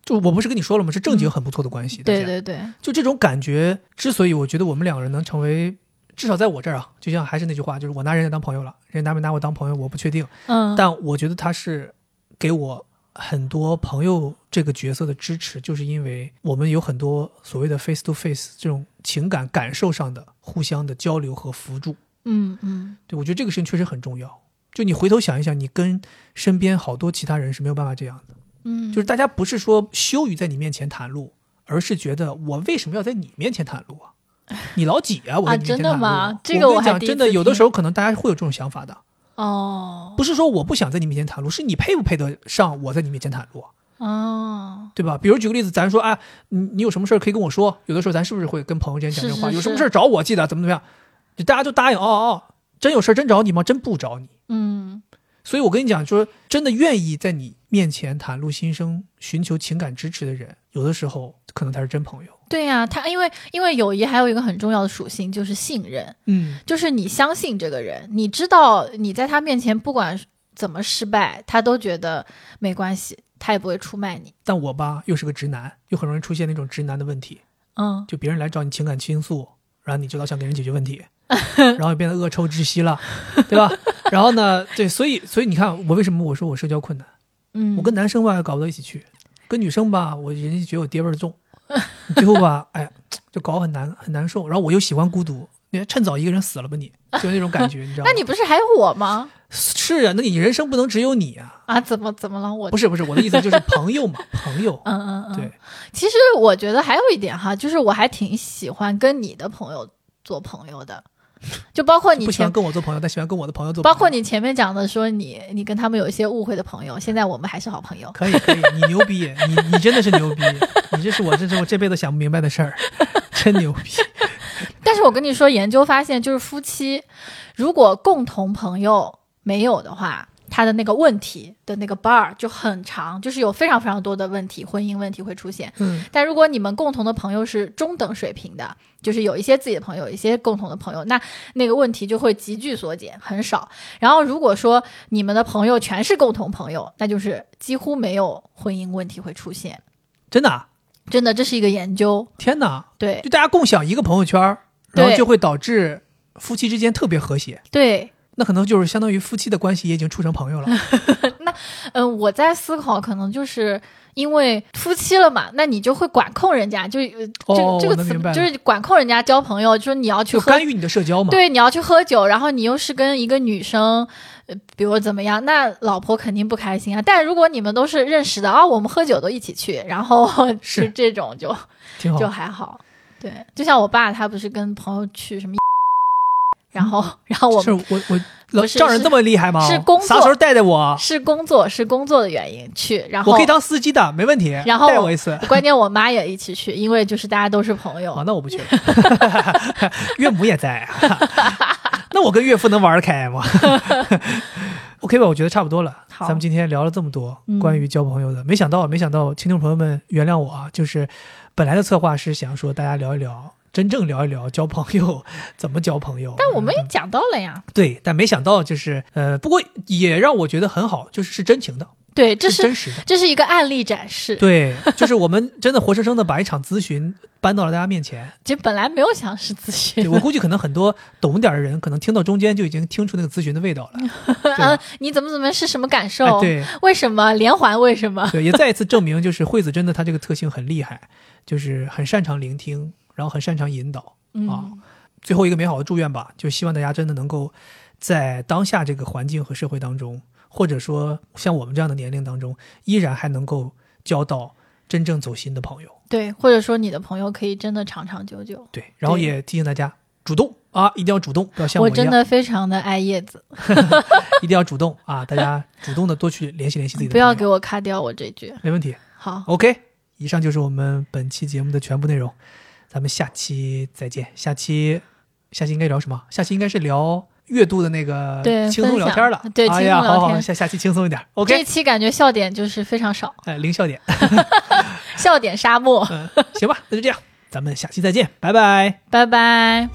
A: 就我不是跟你说了吗？是正经很不错的关系。
B: 嗯对
A: 大家，
B: 对对，
A: 就这种感觉，之所以我觉得我们两个人能成为，至少在我这儿啊，就像还是那句话，就是我拿人家当朋友了，人家拿没拿我当朋友我不确定，
B: 嗯，
A: 但我觉得他是给我很多朋友这个角色的支持，就是因为我们有很多所谓的 face to face 这种情感感受上的互相的交流和扶助。
B: 嗯嗯，
A: 对我觉得这个事情确实很重要。就你回头想一想，你跟身边好多其他人是没有办法这样的。
B: 嗯，
A: 就是大家不是说羞于在你面前袒露，而是觉得我为什么要在你面前袒露啊？你老几啊？我在你面前袒
B: 真
A: 露、
B: 的吗这个
A: 我跟
B: 我
A: 你
B: 还
A: 讲，
B: 第一
A: 真的
B: 次
A: 有的
B: 听
A: 时候可能大家会有这种想法的，
B: 哦
A: 不是说我不想在你面前袒露，是你配不配得上我在你面前袒露啊，
B: 哦。
A: 对吧？比如举个例子，咱说啊，你你有什么事儿可以跟我说，有的时候咱是不是会跟朋友之间讲这
B: 是
A: 话？
B: 是
A: 有什么
B: 是
A: 事儿找我，记得怎么怎么样，就大家就答应哦哦，哦真有事儿真找你吗？真不找你。
B: 嗯
A: 所以我跟你讲，就是真的愿意在你面前袒露心声、寻求情感支持的人，有的时候可能才是真朋友。，
B: 对呀、他因为因为友谊还有一个很重要的属性就是信任，
A: 嗯，
B: 就是你相信这个人，你知道你在他面前不管怎么失败，他都觉得没关系，他也不会出卖你。
A: 但我吧又是个直男，又很容易出现那种直男的问题，
B: 嗯，
A: 就别人来找你情感倾诉，然后你就老想给人解决问题， 然后也变得恶臭窒息了， 对吧？然后呢，对，所以所以你看，我为什么我说我社交困难？
B: 嗯
A: 我跟男生吧也搞不到一起去，跟女生吧我人家觉得我爹味儿重， 最后吧哎就搞很难很难受，然后我又喜欢孤独，你趁早一个人死了吧你，就那种感 觉，你知道吗？
B: 那你不是还有我吗？
A: 是啊，那你人生不能只有你啊，
B: 啊，怎么怎么了？我
A: 不是不是我的意思就是朋友嘛，朋友，
B: 嗯 嗯嗯，
A: 对，
B: 其实我觉得还有一点哈，就是我还挺喜欢跟你的朋友做朋友的，就包括你
A: 不喜欢
B: 前。
A: 跟我做朋友，但喜欢跟我的朋友做朋
B: 包
A: 友，
B: 括你前面讲的说你你跟他们有一些误会的朋友，现在我们还是好朋友。
A: 可以可以，你牛逼，你你真的是牛逼，你这是我这是我这辈子想不明白的事儿，真牛逼，
B: 但是我跟你说，研究发现，就是夫妻如果共同朋友没有的话，他的那个问题的那个 bar 就很长，就是有非常非常多的问题，婚姻问题会出现。
A: 嗯，
B: 但如果你们共同的朋友是中等水平的，就是有一些自己的朋友，有一些共同的朋友，那那个问题就会急剧缩减，很少。然后如果说你们的朋友全是共同朋友，那就是几乎没有婚姻问题会出现。
A: 真的啊，
B: 真的，这是一个研究，
A: 天哪，
B: 对
A: 就大家共享一个朋友圈儿，然后
B: 对
A: 就会导致夫妻之间特别和谐。
B: 对，
A: 那可能就是相当于夫妻的关系也已经处成朋友了。
B: 嗯，我在思考，可能就是因为夫妻了嘛，那你就会管控人家，就、呃 这
A: 哦
B: 个这
A: 我
B: 个
A: 能
B: 词
A: 明白了
B: 就是管控人家交朋友，就是你要去
A: 就
B: 喝
A: 干，预你的社交嘛。
B: 对，你要去喝酒，然后你又是跟一个女生，呃，比如怎么样，那老婆肯定不开心啊。但如果你们都是认识的啊，我们喝酒都一起去，然后 就是这种就
A: 挺好
B: 就。还好，对，就像我爸他不是跟朋友去什么， 然后然后我
A: 是
B: 们。
A: 我我老
B: 不是
A: 丈人这么厉害吗？
B: 是工作
A: 啥时候带带我？
B: 是工作，是工作的原因去，然后
A: 我可以当司机的，没问题。
B: 然后
A: 带我一次。
B: 关键我妈也一起 去，因为就是大家都是朋
A: 啊，
B: 友。
A: 那我不去了。 岳母也在啊，那我跟岳父能玩得开吗我 OK 吧，我觉得差不多了。
B: 好
A: 咱们今天聊了这么多
B: 嗯
A: 关于交朋友的，没想到，没想到，听众朋友们原谅我啊，就是本来的策划是想说大家聊一聊，真正聊一聊交朋友怎么交朋友，
B: 但我们
A: 嗯
B: 也讲到了呀，
A: 对，但没想到就是呃，不过也让我觉得很好，就是是真情的，
B: 对，这
A: 是
B: 是
A: 真实的。
B: 这是一个案例展示。
A: 对，就是我们真的活生生的把一场咨询搬到了大家面前。
B: 其实本来没有想是咨询
A: 对，我估计可能很多懂点儿的人，可能听到中间就已经听出那个咨询的味道了。对吧
B: 呃，你怎么怎么 是哦什么感受？
A: 哎，对
B: 为什么连环？为什么？
A: 对，也再一次证明，就是惠子真的她这个特性很厉害，就是很擅长聆听，然后很擅长引导。
B: 嗯，
A: 啊最后一个美好的祝愿吧，就希望大家真的能够在当下这个环境和社会当中，或者说像我们这样的年龄当中，依然还能够交到真正走心的朋友。
B: 对，或者说你的朋友可以真的长长久久。
A: 对，然后
B: 对
A: 也提醒大家主动啊，一定要主动，不要像
B: 我
A: 一样
B: 真，的非常的爱叶子，
A: 一定要主动啊！大家主动的多去联系联系自己的
B: 不要
A: 朋
B: 给
A: 友
B: 我卡掉我这句。
A: 没问题。
B: 好，
A: OK，以上就是我们本期节目的全部内容，咱们下期再见。下期下期应该聊什么？下期应该是聊月度的那个
B: 对
A: 轻松
B: 分
A: 聊
B: 享
A: 天了。
B: 对
A: 哎
B: 轻
A: 呀，
B: 松聊
A: 好好，
B: 天
A: 下下期轻松一点。
B: 这
A: OK，
B: 期感觉笑点就是非常少，
A: 哎，零笑点，
B: 笑点沙漠。
A: 嗯，行吧，那就这样，咱们下期再见，拜拜。
B: 拜拜。